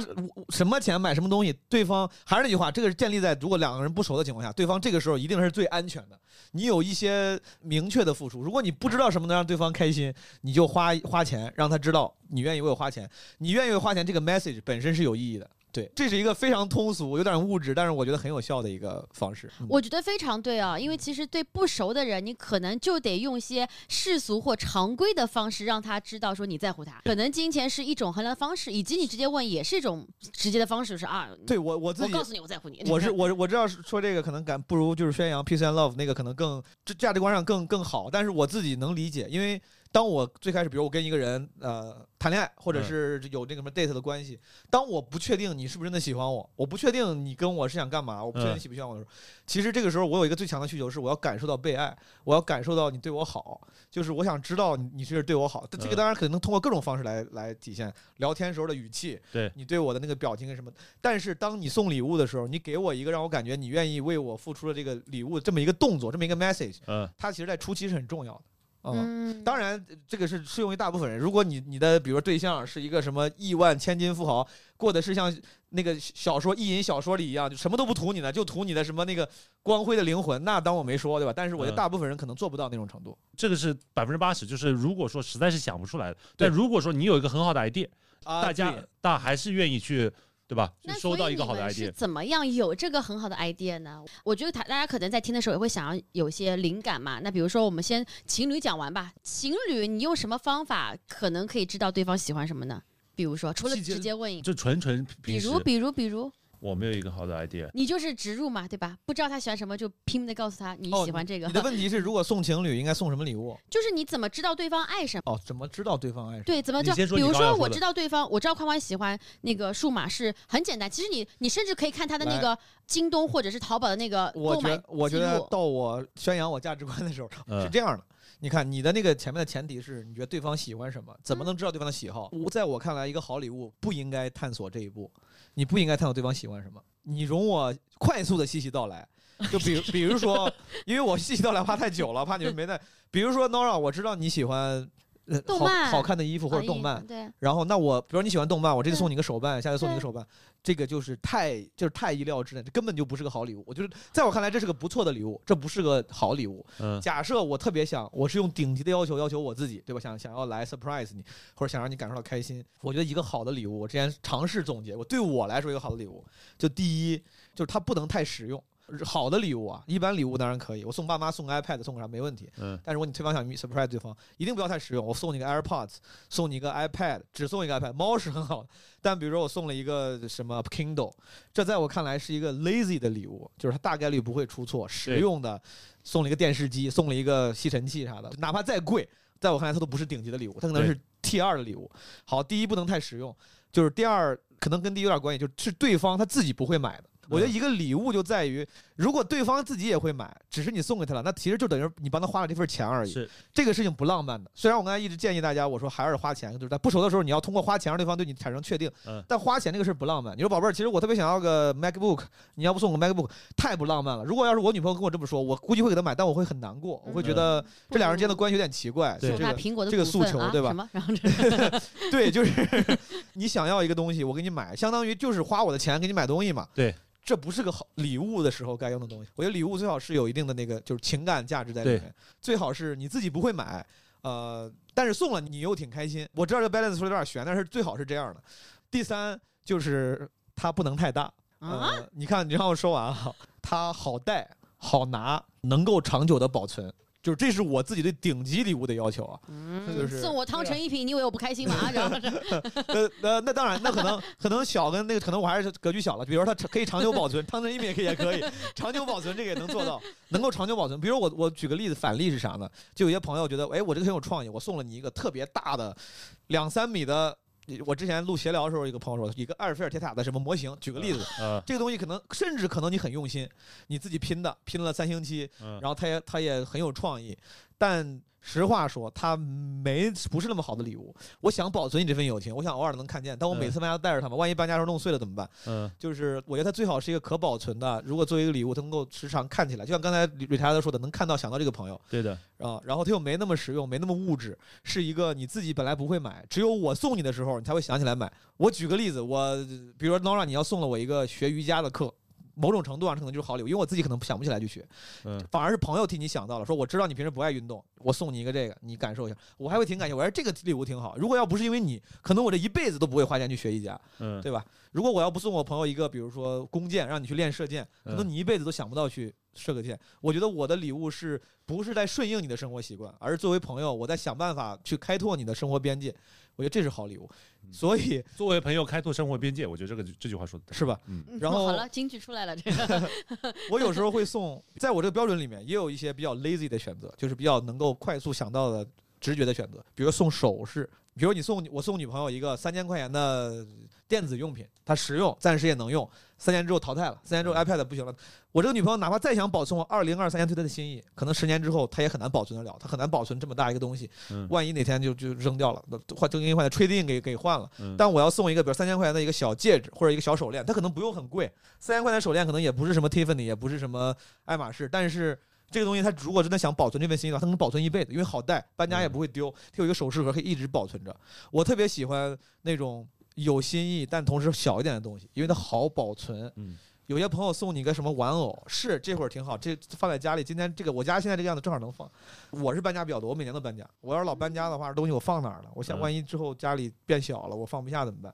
B: 什么钱买什么东西，对方还是那句话，这个是建立在如果两个人不熟的情况下，对方这个时候一定是最安全的。你有一些明确的付出，如果你不知道什么能让对方开心，你就花花钱让他知道你愿意为我花钱，你愿意为我花钱，这个 message 本身是有意义的。对，这是一个非常通俗、有点物质，但是我觉得很有效的一个方式。嗯
A: 我觉得非常对啊，因为其实对不熟的人，你可能就得用一些世俗或常规的方式让他知道说你在乎他。可能金钱是一种衡量方式，以及你直接问也是一种直接的方式，就是啊，
B: 对我我自
A: 我
B: 己
A: 告诉你我在乎你。
B: 我是我是我知道是说这个可能感不如就是宣扬 peace and love 那个可能更这价值观上更更好，但是我自己能理解，因为当我最开始比如我跟一个人呃谈恋爱，或者
C: 嗯
B: 是有那个什么 date 的关系，当我不确定你是不是真的喜欢我，我不确定你跟我是想干嘛，我不确定
C: 嗯
B: 你喜不喜欢我的时候，其实这个时候我有一个最强的需求是我要感受到被爱，我要感受到你对我好，就是我想知道你你是对我好，但这个
C: 嗯
B: 当然可能通过各种方式来来体现，聊天时候的语气，
C: 对
B: 你对我的那个表情跟什么。但是当你送礼物的时候，你给我一个让我感觉你愿意为我付出的这个礼物这么一个动作，这么一个 message，
C: 嗯，
B: 它其实在初期是很重要的。嗯
A: 嗯，
B: 当然，这个是适用于大部分人。如果你你的比如说对象是一个什么亿万千金富豪，过的是像那个小说意淫小说里一样，就什么都不图你的，就图你的什么那个光辉的灵魂，那当我没说，对吧？但是我觉得
C: 嗯
B: 大部分人可能做不到那种程度。
C: 这个是百分之八十，就是如果说实在是想不出来，
B: 对
C: 但如果说你有一个很好的 idea，
B: 啊
C: 大家大家还是愿意去，对吧？去
A: 那所
C: 收
A: 以
C: 到一
A: 你
C: 个好的
A: 们是
C: idea。
A: 怎么样有这个很好的 idea 呢？我觉得他大家可能在听的时候也会想要有一些灵感嘛。那比如说，我们先情侣讲完吧。情侣，你用什么方法可能可以知道对方喜欢什么呢？比如说，除了
C: 细节
A: 直接问，
C: 就纯纯
A: 比
C: 平时
A: 如，比如，比如，
C: 我没有一个好的 idea，
A: 你就是植入嘛，对吧？不知道他喜欢什么，就拼命的告诉他你
B: 哦
A: 喜欢这个，
B: 你的问题是，如果送情侣应该送什么礼物？
A: 就是你怎么知道对方爱什么？
B: 哦，怎么知道对方爱什么？
A: 对，怎么
C: 你
A: 就
C: 先说
A: 比
C: 你
A: 如
C: 刚要
A: 说，
C: 说
A: 我
C: 的
A: 知道对方，我知道宽宽喜欢那个数码是很简单。其实你你甚至可以看他的那
B: 来
A: 个京东或者是淘宝的那个
B: 我
A: 购
B: 觉
A: 买
B: 得我觉
A: 记
B: 得
A: 录
B: 到我宣扬我价值观的时候
C: 嗯
B: 是这样的。你看，你的那个前面的前提是，你觉得对方喜欢什么？怎么能知道对方的喜好？
A: 嗯
B: 我在我看来，一个好礼物不应该探索这一步，你不应该探索对方喜欢什么。你容我快速的细细道来，就比如比如说，因为我细细道来话太久了，怕你们没在。比如说，Nora，我知道你喜欢呃
A: 动
B: 好
A: 漫
B: 好看的衣服或
A: 啊
B: 者动
A: 一
B: 漫，
A: 对，
B: 然后，那我比如说你喜欢动漫，我这次送你个手办，下次送你个
A: 对
B: 手办，这个就是太就是太意料之内，这根本就不是个好礼物。我就是在我看来，这是个不错的礼物，这不是个好礼物。
C: 嗯，
B: 假设我特别想，我是用顶级的要求要求我自己，对吧？想想要来 surprise 你，或者想让你感受到开心。我觉得一个好的礼物，我之前尝试总结，我对我来说一个好的礼物，就第一就是它不能太实用。好的礼物啊，一般礼物当然可以，我送爸妈送个 iPad 送个啥没问题。
C: 嗯，
B: 但如果你对方想 surprise 对方，一定不要太实用。我送你个 AirPods，送你一个 iPad，只送一个 iPad。猫是很好的，但比如说我送了一个什么 Kindle，这在我看来是一个 lazy 的礼物，就是它大概率不会出错，实用的。送了一个电视机，送了一个吸尘器啥的，哪怕再贵，在我看来它都不是顶级的礼物，它可能是 T 二的礼物。好，第一不能太实用，就是第二可能跟第一有点关系，就是对方他自己不会买的。我觉得一个礼物就在于，如果对方自己也会买，只是你送给他了，那其实就等于你帮他花了这份钱而已。
C: 是
B: 这个事情不浪漫的。虽然我刚才一直建议大家，我说还是花钱，就是在不熟的时候，你要通过花钱让对方对你产生确定。
C: 嗯
B: 但花钱这个事儿不浪漫。你说宝贝儿，其实我特别想要个 MacBook，你要不送我个 MacBook，太不浪漫了。如果要是我女朋友跟我这么说，我估计会给她买，但我会很难过，我会觉得这两人之间的关系有点奇怪。
C: 嗯
B: 所
C: 对
B: 以
A: 送
B: 这
A: 他
B: 个
A: 苹果的
B: 这个
A: 股
B: 诉
A: 份
B: 求
A: 啊
B: 对吧
A: 什么？然后这
B: 对，就是 你想要一个东西，我给你买，相当于就是花我的钱给你买东西嘛。
C: 对。
B: 这不是个好礼物的时候该用的东西。我觉得礼物最好是有一定的那个就是情感价值在里
C: 对
B: 面，最好是你自己不会买，呃，但是送了你又挺开心。我知道这 balance 说的有点悬，但是最好是这样的。第三就是它不能太大，
A: 啊，
B: 呃，你看，你让我说完啊，它好带、好拿，能够长久的保存，就是这是我自己对顶级礼物的要求啊。
A: 嗯
B: 就是
A: 送我汤臣一品，你以为我不开心吗？ 啊然后这
B: 呃呃，那当然，那可能可能小跟那个，可能我还是格局小了。比如说它长可以长久保存，汤臣一品也可以，也可以长久保存，这个也能做到，能够长久保存。比如我我举个例子，反例是啥呢？就有些朋友觉得，哎，我这个很有创意，我送了你一个特别大的两三米的。我之前录闲聊的时候，一个朋友说，一个埃尔菲尔铁塔的什么模型，举个例子，
C: 呃，
B: 这个东西可能甚至可能你很用心，你自己拼的，拼了三星期，
C: 嗯
B: 然后它也它也很有创意，但实话说，它没不是那么好的礼物。我想保存你这份友情，我想偶尔能看见，但我每次搬家都带着它嘛，万一搬家时候弄碎了怎么办？
C: 嗯，
B: 就是我觉得它最好是一个可保存的，如果作为一个礼物，它能够时常看起来，就像刚才吕吕台德说的，能看到想到这个朋友
C: 对的，
B: 啊，然后它又没那么实用，没那么物质，是一个你自己本来不会买，只有我送你的时候，你才会想起来买。我举个例子，我比如说 Nora，你要送了我一个学瑜伽的课。某种程度上可能就是好礼物，因为我自己可能想不起来去学，
C: 嗯，
B: 反而是朋友替你想到了，说我知道你平时不爱运动，我送你一个这个，你感受一下，我还会挺感谢。我说哎这个礼物挺好，如果要不是因为你，可能我这一辈子都不会花钱去学瑜伽，
C: 嗯，
B: 对吧？如果我要不送我朋友一个，比如说弓箭，让你去练射箭，可能
C: 嗯
B: 你一辈子都想不到去射个箭。我觉得我的礼物是不是在顺应你的生活习惯，而是作为朋友，我在想办法去开拓你的生活边界。我觉得这是好礼物，所以
C: 作为朋友开拓生活边界，我觉得这个这句话说的，
B: 是吧？
C: 嗯，
B: 然 后
A: 好了，京剧出来了，这个
B: 我有时候会送，在我这个标准里面，也有一些比较 lazy 的选择，就是比较能够快速想到的直觉的选择，比如送首饰，比如你送我送女朋友一个三千块钱的电子用品，它实用，暂时也能用，三年之后淘汰了，三年之后 iPad 不行了，我这个女朋友哪怕再想保存我二零二三年对她的心意，可能十年之后她也很难保存得了，她很难保存这么大一个东西，
C: 嗯
B: 万一哪天就就扔掉了，那换正经换的 trade in 给给换了。
C: 嗯
B: 但我要送一个，比如三千块钱的一个小戒指或者一个小手链，它可能不用很贵，三千块钱手链可能也不是什么 Tiffany，也不是什么爱马仕，但是这个东西它如果真的想保存这份心意的话，它能保存一辈子，因为好带，搬
C: 嗯
B: 家也不会丢，它有一个首饰盒可以一直保存着。我特别喜欢那种有新意但同时小一点的东西，因为它好保存。
C: 嗯
B: 有些朋友送你个什么玩偶，是这会儿挺好，这放在家里。今天这个我家现在这个样子正好能放。我是搬家比较多，我每年都搬家。我要是老搬家的话，东西我放哪儿了？我想
C: 嗯
B: 万一之后家里变小了，我放不下怎么办？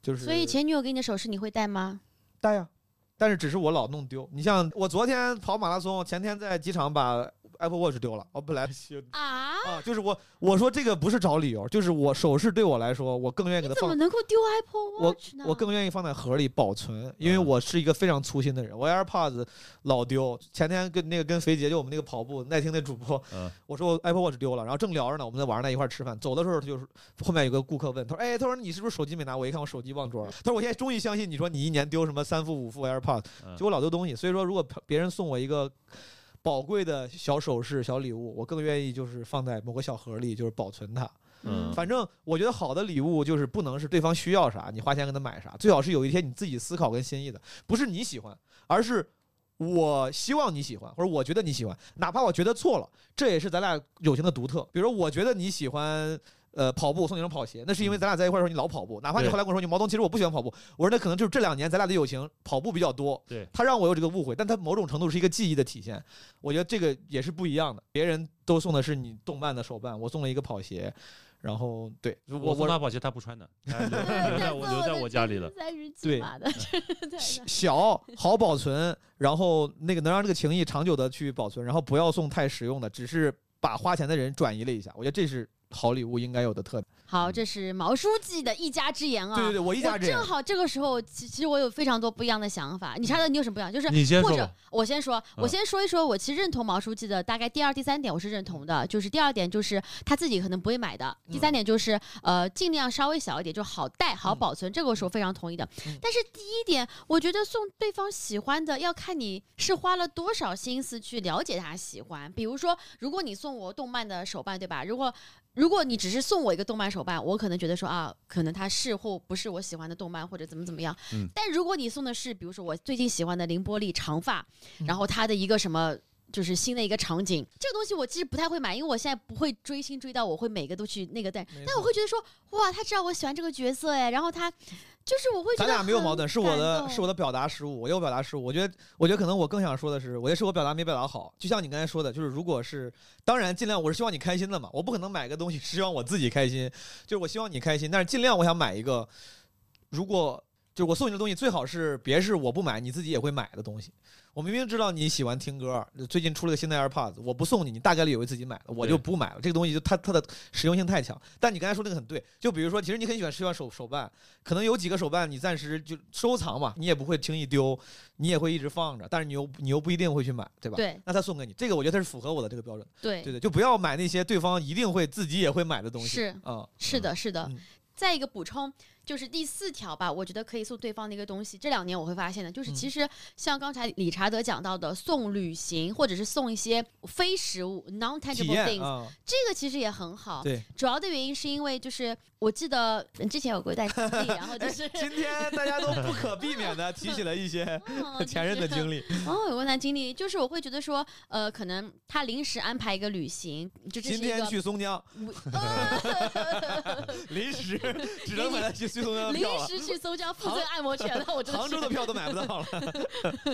B: 就是
A: 所以前女友给你的首饰你会戴吗？
B: 带呀、但是只是我老弄丢。你像我昨天跑马拉松，前天在机场把 Apple Watch 丢了，我本来 是
A: 啊，
B: 啊，就是我我说这个不是找理由，就是我首饰对我来说，我更愿意给它
A: 怎么
B: 放。
A: 能够丢 Apple
B: 我
A: Watch 呢？
B: 我更愿意放在盒里保存，因为
C: 嗯
B: 我是一个非常粗心的人。我 AirPods 老丢，前天跟那个跟肥姐，就我们那个跑步耐听那主播，
C: 嗯
B: 我说我 Apple Watch 丢了，然后正聊着呢，我们在晚上在一块儿吃饭，走的时候他就是后面有个顾客问，他说：“哎，他说你是不是手机没拿？”我一看我手机忘桌了，他说：“我现在终于相信你说你一年丢什么三副五副 AirPods，
C: 嗯
B: 就我老丢东西。所以说，如果别人送我一个宝贵的小首饰、小礼物，我更愿意就是放在某个小盒里，就是保存它。
C: 嗯
B: 反正我觉得好的礼物就是不能是对方需要啥，你花钱给他买啥，最好是有一天你自己思考跟心意的，不是你喜欢，而是我希望你喜欢，或者我觉得你喜欢，哪怕我觉得错了，这也是咱俩友情的独特。比如说，我觉得你喜欢。呃，跑步我送你双跑鞋，那是因为咱俩在一块儿的时候你老跑步，哪怕你
C: 嗯对
B: 后来跟我说你毛东，其实我不喜欢跑步，我说那可能就是这两年咱俩的友情跑步比较多，
C: 对
B: 他让我有这个误会，但他某种程度是一个记忆的体现，我觉得这个也是不一样的。别人都送的是你动漫的手办，我送了一个跑鞋，然后对我
C: 我送
B: 我
C: 他跑鞋，他不穿 的，他留留在我留在我家里 了。
D: 三十几
B: 对
D: 码 的，真的
B: 小好保存，然后那个能让这个情谊长久的去保存，然后不要送太实用的，只是把花钱的人转移了一下，我觉得这是好礼物应该有的特点。
A: 好，这是毛书记的一家之言啊。
B: 对对对，我一家
A: 我
B: 之言
A: 正，好这个时候，其其实我有非常多不一样的想法。你查的你有什么不一样？就是
C: 你先
A: 或
C: 说
A: 者
C: 吧，嗯
A: 我先说，我先说一说，我其实认同毛书记的大概第二、第三点，我是认同的。就是第二点就是他自己可能不会买的，第
C: 嗯
A: 三点就是呃尽量稍微小一点，就好带好保存，这个我是我非常同意的
B: 嗯。
A: 但是第一点，我觉得送对方喜欢的要看你是花了多少心思去了解他喜欢。比如说，如果你送我动漫的手办，对吧？如果如果你只是送我一个动漫手办，我可能觉得说啊，可能它是或不是我喜欢的动漫，或者怎么怎么样。
C: 嗯
A: 但如果你送的是，比如说我最近喜欢的凌波丽长发，
B: 嗯
A: 然后它的一个什么。就是新的一个场景，这个东西我其实不太会买，因为我现在不会追星追到我会每个都去那个带，
B: 没错
A: 但我会觉得说，哇，他知道我喜欢这个角色哎，然后他就是我会觉
B: 咱
A: 得
B: 俩没有
A: 很
B: 矛盾，是我
A: 感
B: 的
A: 动
B: 是我的表达失误，我有表达失误。我觉得，我觉得可能我更想说的是，我觉得是我表达没表达好。就像你刚才说的，就是如果是，当然尽量我是希望你开心的嘛，我不可能买个东西 是希望我自己开心，就是我希望你开心，但是尽量我想买一个，如果就是我送你的东西最好是别是我不买你自己也会买的东西。我明明知道你喜欢听歌，最近出了个新的 AirPods，我不送你，你大概率也会自己买了，我就
C: 对
B: 不买了。这个东西就它它的实用性太强。但你刚才说那个很对，就比如说，其实你很喜欢喜欢手手办，可能有几个手办你暂时就收藏嘛，你也不会轻易丢，你也会一直放着，但是你又你又不一定会去买，对吧？。
A: 对
B: 那他送给你，这个我觉得他是符合我的这个标准，
A: 对
B: 对对，就不要买那些对方一定会自己也会买的东西。
A: 是
B: 啊，
A: 是的，是的。
B: 嗯
A: 再一个补充就是第四条吧，我觉得可以送对方的一个东西。这两年我会发现的，就是
B: 嗯
A: 其实像刚才理查德讲到的，送旅行或者是送一些非实物 （non
B: 体
A: tangible
B: 验
A: things），、
B: 啊，
A: 这个其实也很好。
B: 对。
A: 主要的原因是因为就是我记得嗯之前有过一段经历，然后 就是。
B: 哎今天大家都不可避免的提起了一些
A: 嗯
B: 前任的经历，
A: 哦，有过一段经历，就是我会觉得说，呃，可能他临时安排一个旅行，就 这是
B: 今
A: 一
B: 天
A: 个
B: 去松江，
A: 无、呃
B: 临时 只能买到去松江的
A: 临
B: 票了，
A: 时去搜江附近按摩去了，我真的
B: 杭州的票都买不到了，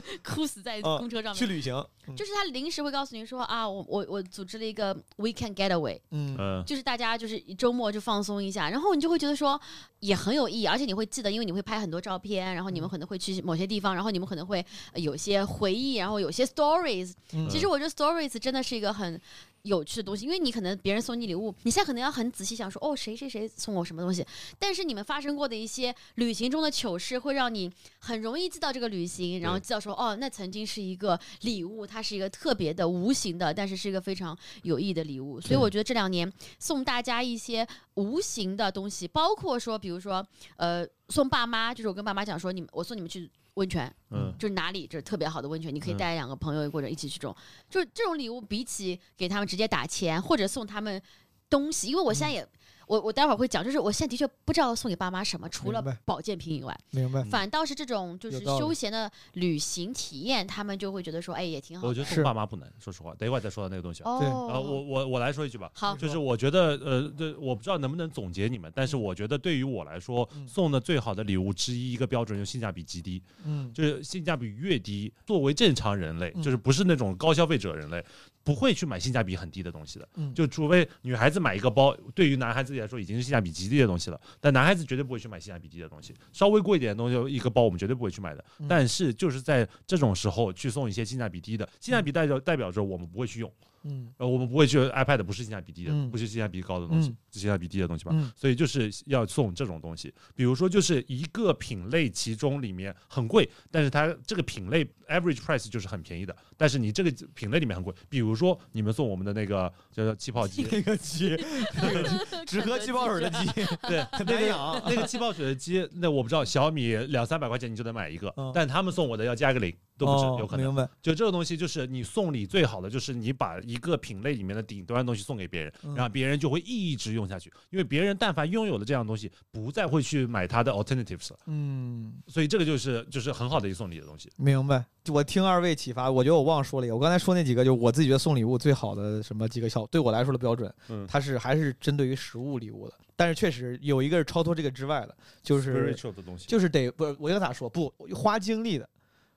A: 是 哭死在
B: 嗯
A: 公车上面
B: 去。旅行，嗯
A: 就是他临时会告诉你说啊，我我我组织了一个 weekend getaway，
B: 嗯，
C: 嗯，
A: 就是大家就是周末就放松一下，然后你就会觉得说也很有意义，而且你会记得，因为你会拍很多照片，然后你们可能会去某些地方，然后你们可能会呃有一些回忆，然后有些 stories。
B: 嗯
A: 其实我觉得 stories 真的是一个很。有趣的东西，因为你可能别人送你礼物，你现在可能要很仔细想说，哦，谁谁谁送我什么东西。但是你们发生过的一些旅行中的糗事，会让你很容易记到这个旅行，然后记到说，哦，那曾经是一个礼物，它是一个特别的、无形的，但是是一个非常有意义的礼物。所以我觉得这两年送大家一些无形的东西，包括说，比如说，呃，送爸妈，就是我跟爸妈讲说，你们我送你们去温泉，
C: 嗯
A: 就是哪里就是特别好的温泉，你可以
C: 嗯
A: 带两个朋友或者一起去这种，
C: 嗯
A: 就是这种礼物，比起给他们直接打钱或者送他们东西，因为我现在也。我我待会儿会讲，就是我现在的确不知道送给爸妈什么，除了
B: 明白
A: 保健品以外，
B: 明白
C: 嗯
A: 反倒是这种就是
B: 有道理
A: 休闲的旅行体验，他们就会觉得说，哎，也挺好的。
C: 我觉得
B: 是
C: 送爸妈不难，说实话，等一会儿再说到那个东西啊。
B: 对
C: 呃，我
A: 哦，
C: 我我来说一句吧，
A: 好，
C: 就是我觉得，呃，这我不知道能不能总结你们，但是我觉得对于我来说，
B: 嗯
C: 送的最好的礼物之一，一个标准就是性价比极低，
B: 嗯，
C: 就是性价比越低，作为正常人类，
B: 嗯
C: 就是不是那种高消费者人类，不会去买性价比很低的东西的。
B: 嗯
C: 就除非女孩子买一个包，对于男孩子来说已经是性价比极低的东西了，但男孩子绝对不会去买性价比低的东西，稍微贵一点的东西，一个包我们绝对不会去买的
B: 嗯。
C: 但是就是在这种时候去送一些性价比低的，性价比代表代表着我们不会去用。
B: 嗯
C: 呃，我们不会去 iPad 不是性价比低的，
B: 嗯
C: 不是性价比高的东西，
B: 嗯
C: 是性价比低的东西吧？
B: 嗯，
C: 所以就是要送这种东西，比如说就是一个品类其中里面很贵，但是它这个品类 average price 就是很便宜的，但是你这个品类里面很贵，比如说你们送我们的那个叫做气泡机
B: 那个鸡，那个鸡只喝气泡水的鸡，
C: 对，
B: 很难养。
C: 那个气泡水的机，那我不知道小米两三百块钱你就能买一个，
B: 嗯
C: 但他们送我的要加个零都不止，
B: 哦
C: 有可能。
B: 明白。
C: 就这个东西，就是你送礼最好的，就是你把一个品类里面的顶端的东西送给别人，
B: 嗯
C: 然后别人就会一直用下去，因为别人但凡拥有了这样的东西，不再会去买它的 alternatives 了。
B: 嗯，
C: 所以这个就是就是很好的一个送礼的东西。
B: 明白。我听二位启发，我觉得我忘说了一个，我刚才说那几个，就是我自己觉得送礼物最好的什么几个效，对我来说的标准，
C: 嗯
B: 它是还是针对于实物礼物的。但是确实有一个是超脱这个之外的，就是
C: spiritual 的东西，
B: 就是得不，是我应该咋说？不花精力的，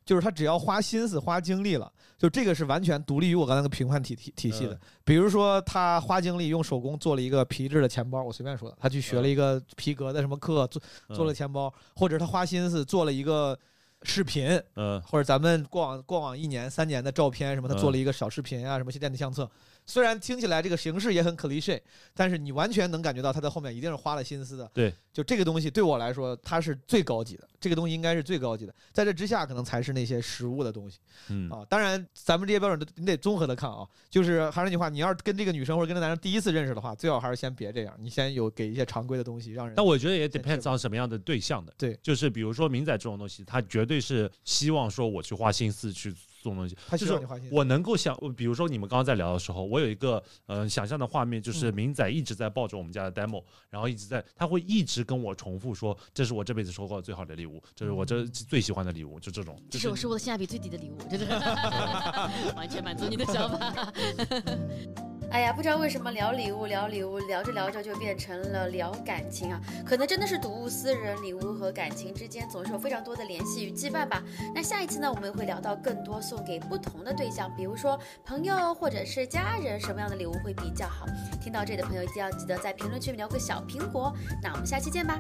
B: 就是他只要花心思、花精力了，就这个是完全独立于我刚才那个评判体体体系的。
C: 嗯
B: 比如说，他花精力用手工做了一个皮质的钱包，我随便说的，他去学了一个皮革的什么课，做
C: 嗯
B: 做了钱包，或者他花心思做了一个视频，
C: 嗯，
B: 或者咱们过往过往一年三年的照片什么，他
C: 嗯
B: 做了一个小视频啊，什么现在的相册。虽然听起来这个形式也很 cliche，但是你完全能感觉到他在后面一定是花了心思的。
C: 对，
B: 就这个东西对我来说，它是最高级的，这个东西应该是最高级的，在这之下可能才是那些实物的东西
C: 嗯嗯
B: 啊。当然，咱们这些标准都你得综合的看啊。就是还是那句话，你要是跟这个女生或者跟这男生第一次认识的话，最好还是先别这样，你先有给一些常规的东西让人。
C: 但我觉得也
B: 对这
C: depends on 什么样的对象的，
B: 对
C: 就是比如说明仔这种东西，他绝对是希望说我去花心思去送东西，
B: 他需
C: 就是
B: 要你花心思。
C: 我能够想，我比如说你们刚刚在聊的时候，我有一个呃想象的画面，就是
B: 嗯
C: 明仔一直在抱着我们家的 demo，、然后一直在，他会一直跟我重复说，这是我这辈子收过的最好的礼物，这是我这
B: 嗯
C: 最喜欢的礼物，就这种。
A: 这
C: 就是是
A: 我收过的性价比最低的礼物，真的完全满足你的想法。 哎呀，不知道为什么聊礼物聊礼物，聊着聊着就变成了聊感情啊。可能真的是睹物思人，礼物和感情之间总是有非常多的联系与羁绊吧。那下一期呢，我们会聊到更多送给不同的对象，比如说朋友或者是家人，什么样的礼物会比较好？听到这里的朋友一定要记得在评论区里面留个小苹果。那我们下期见吧，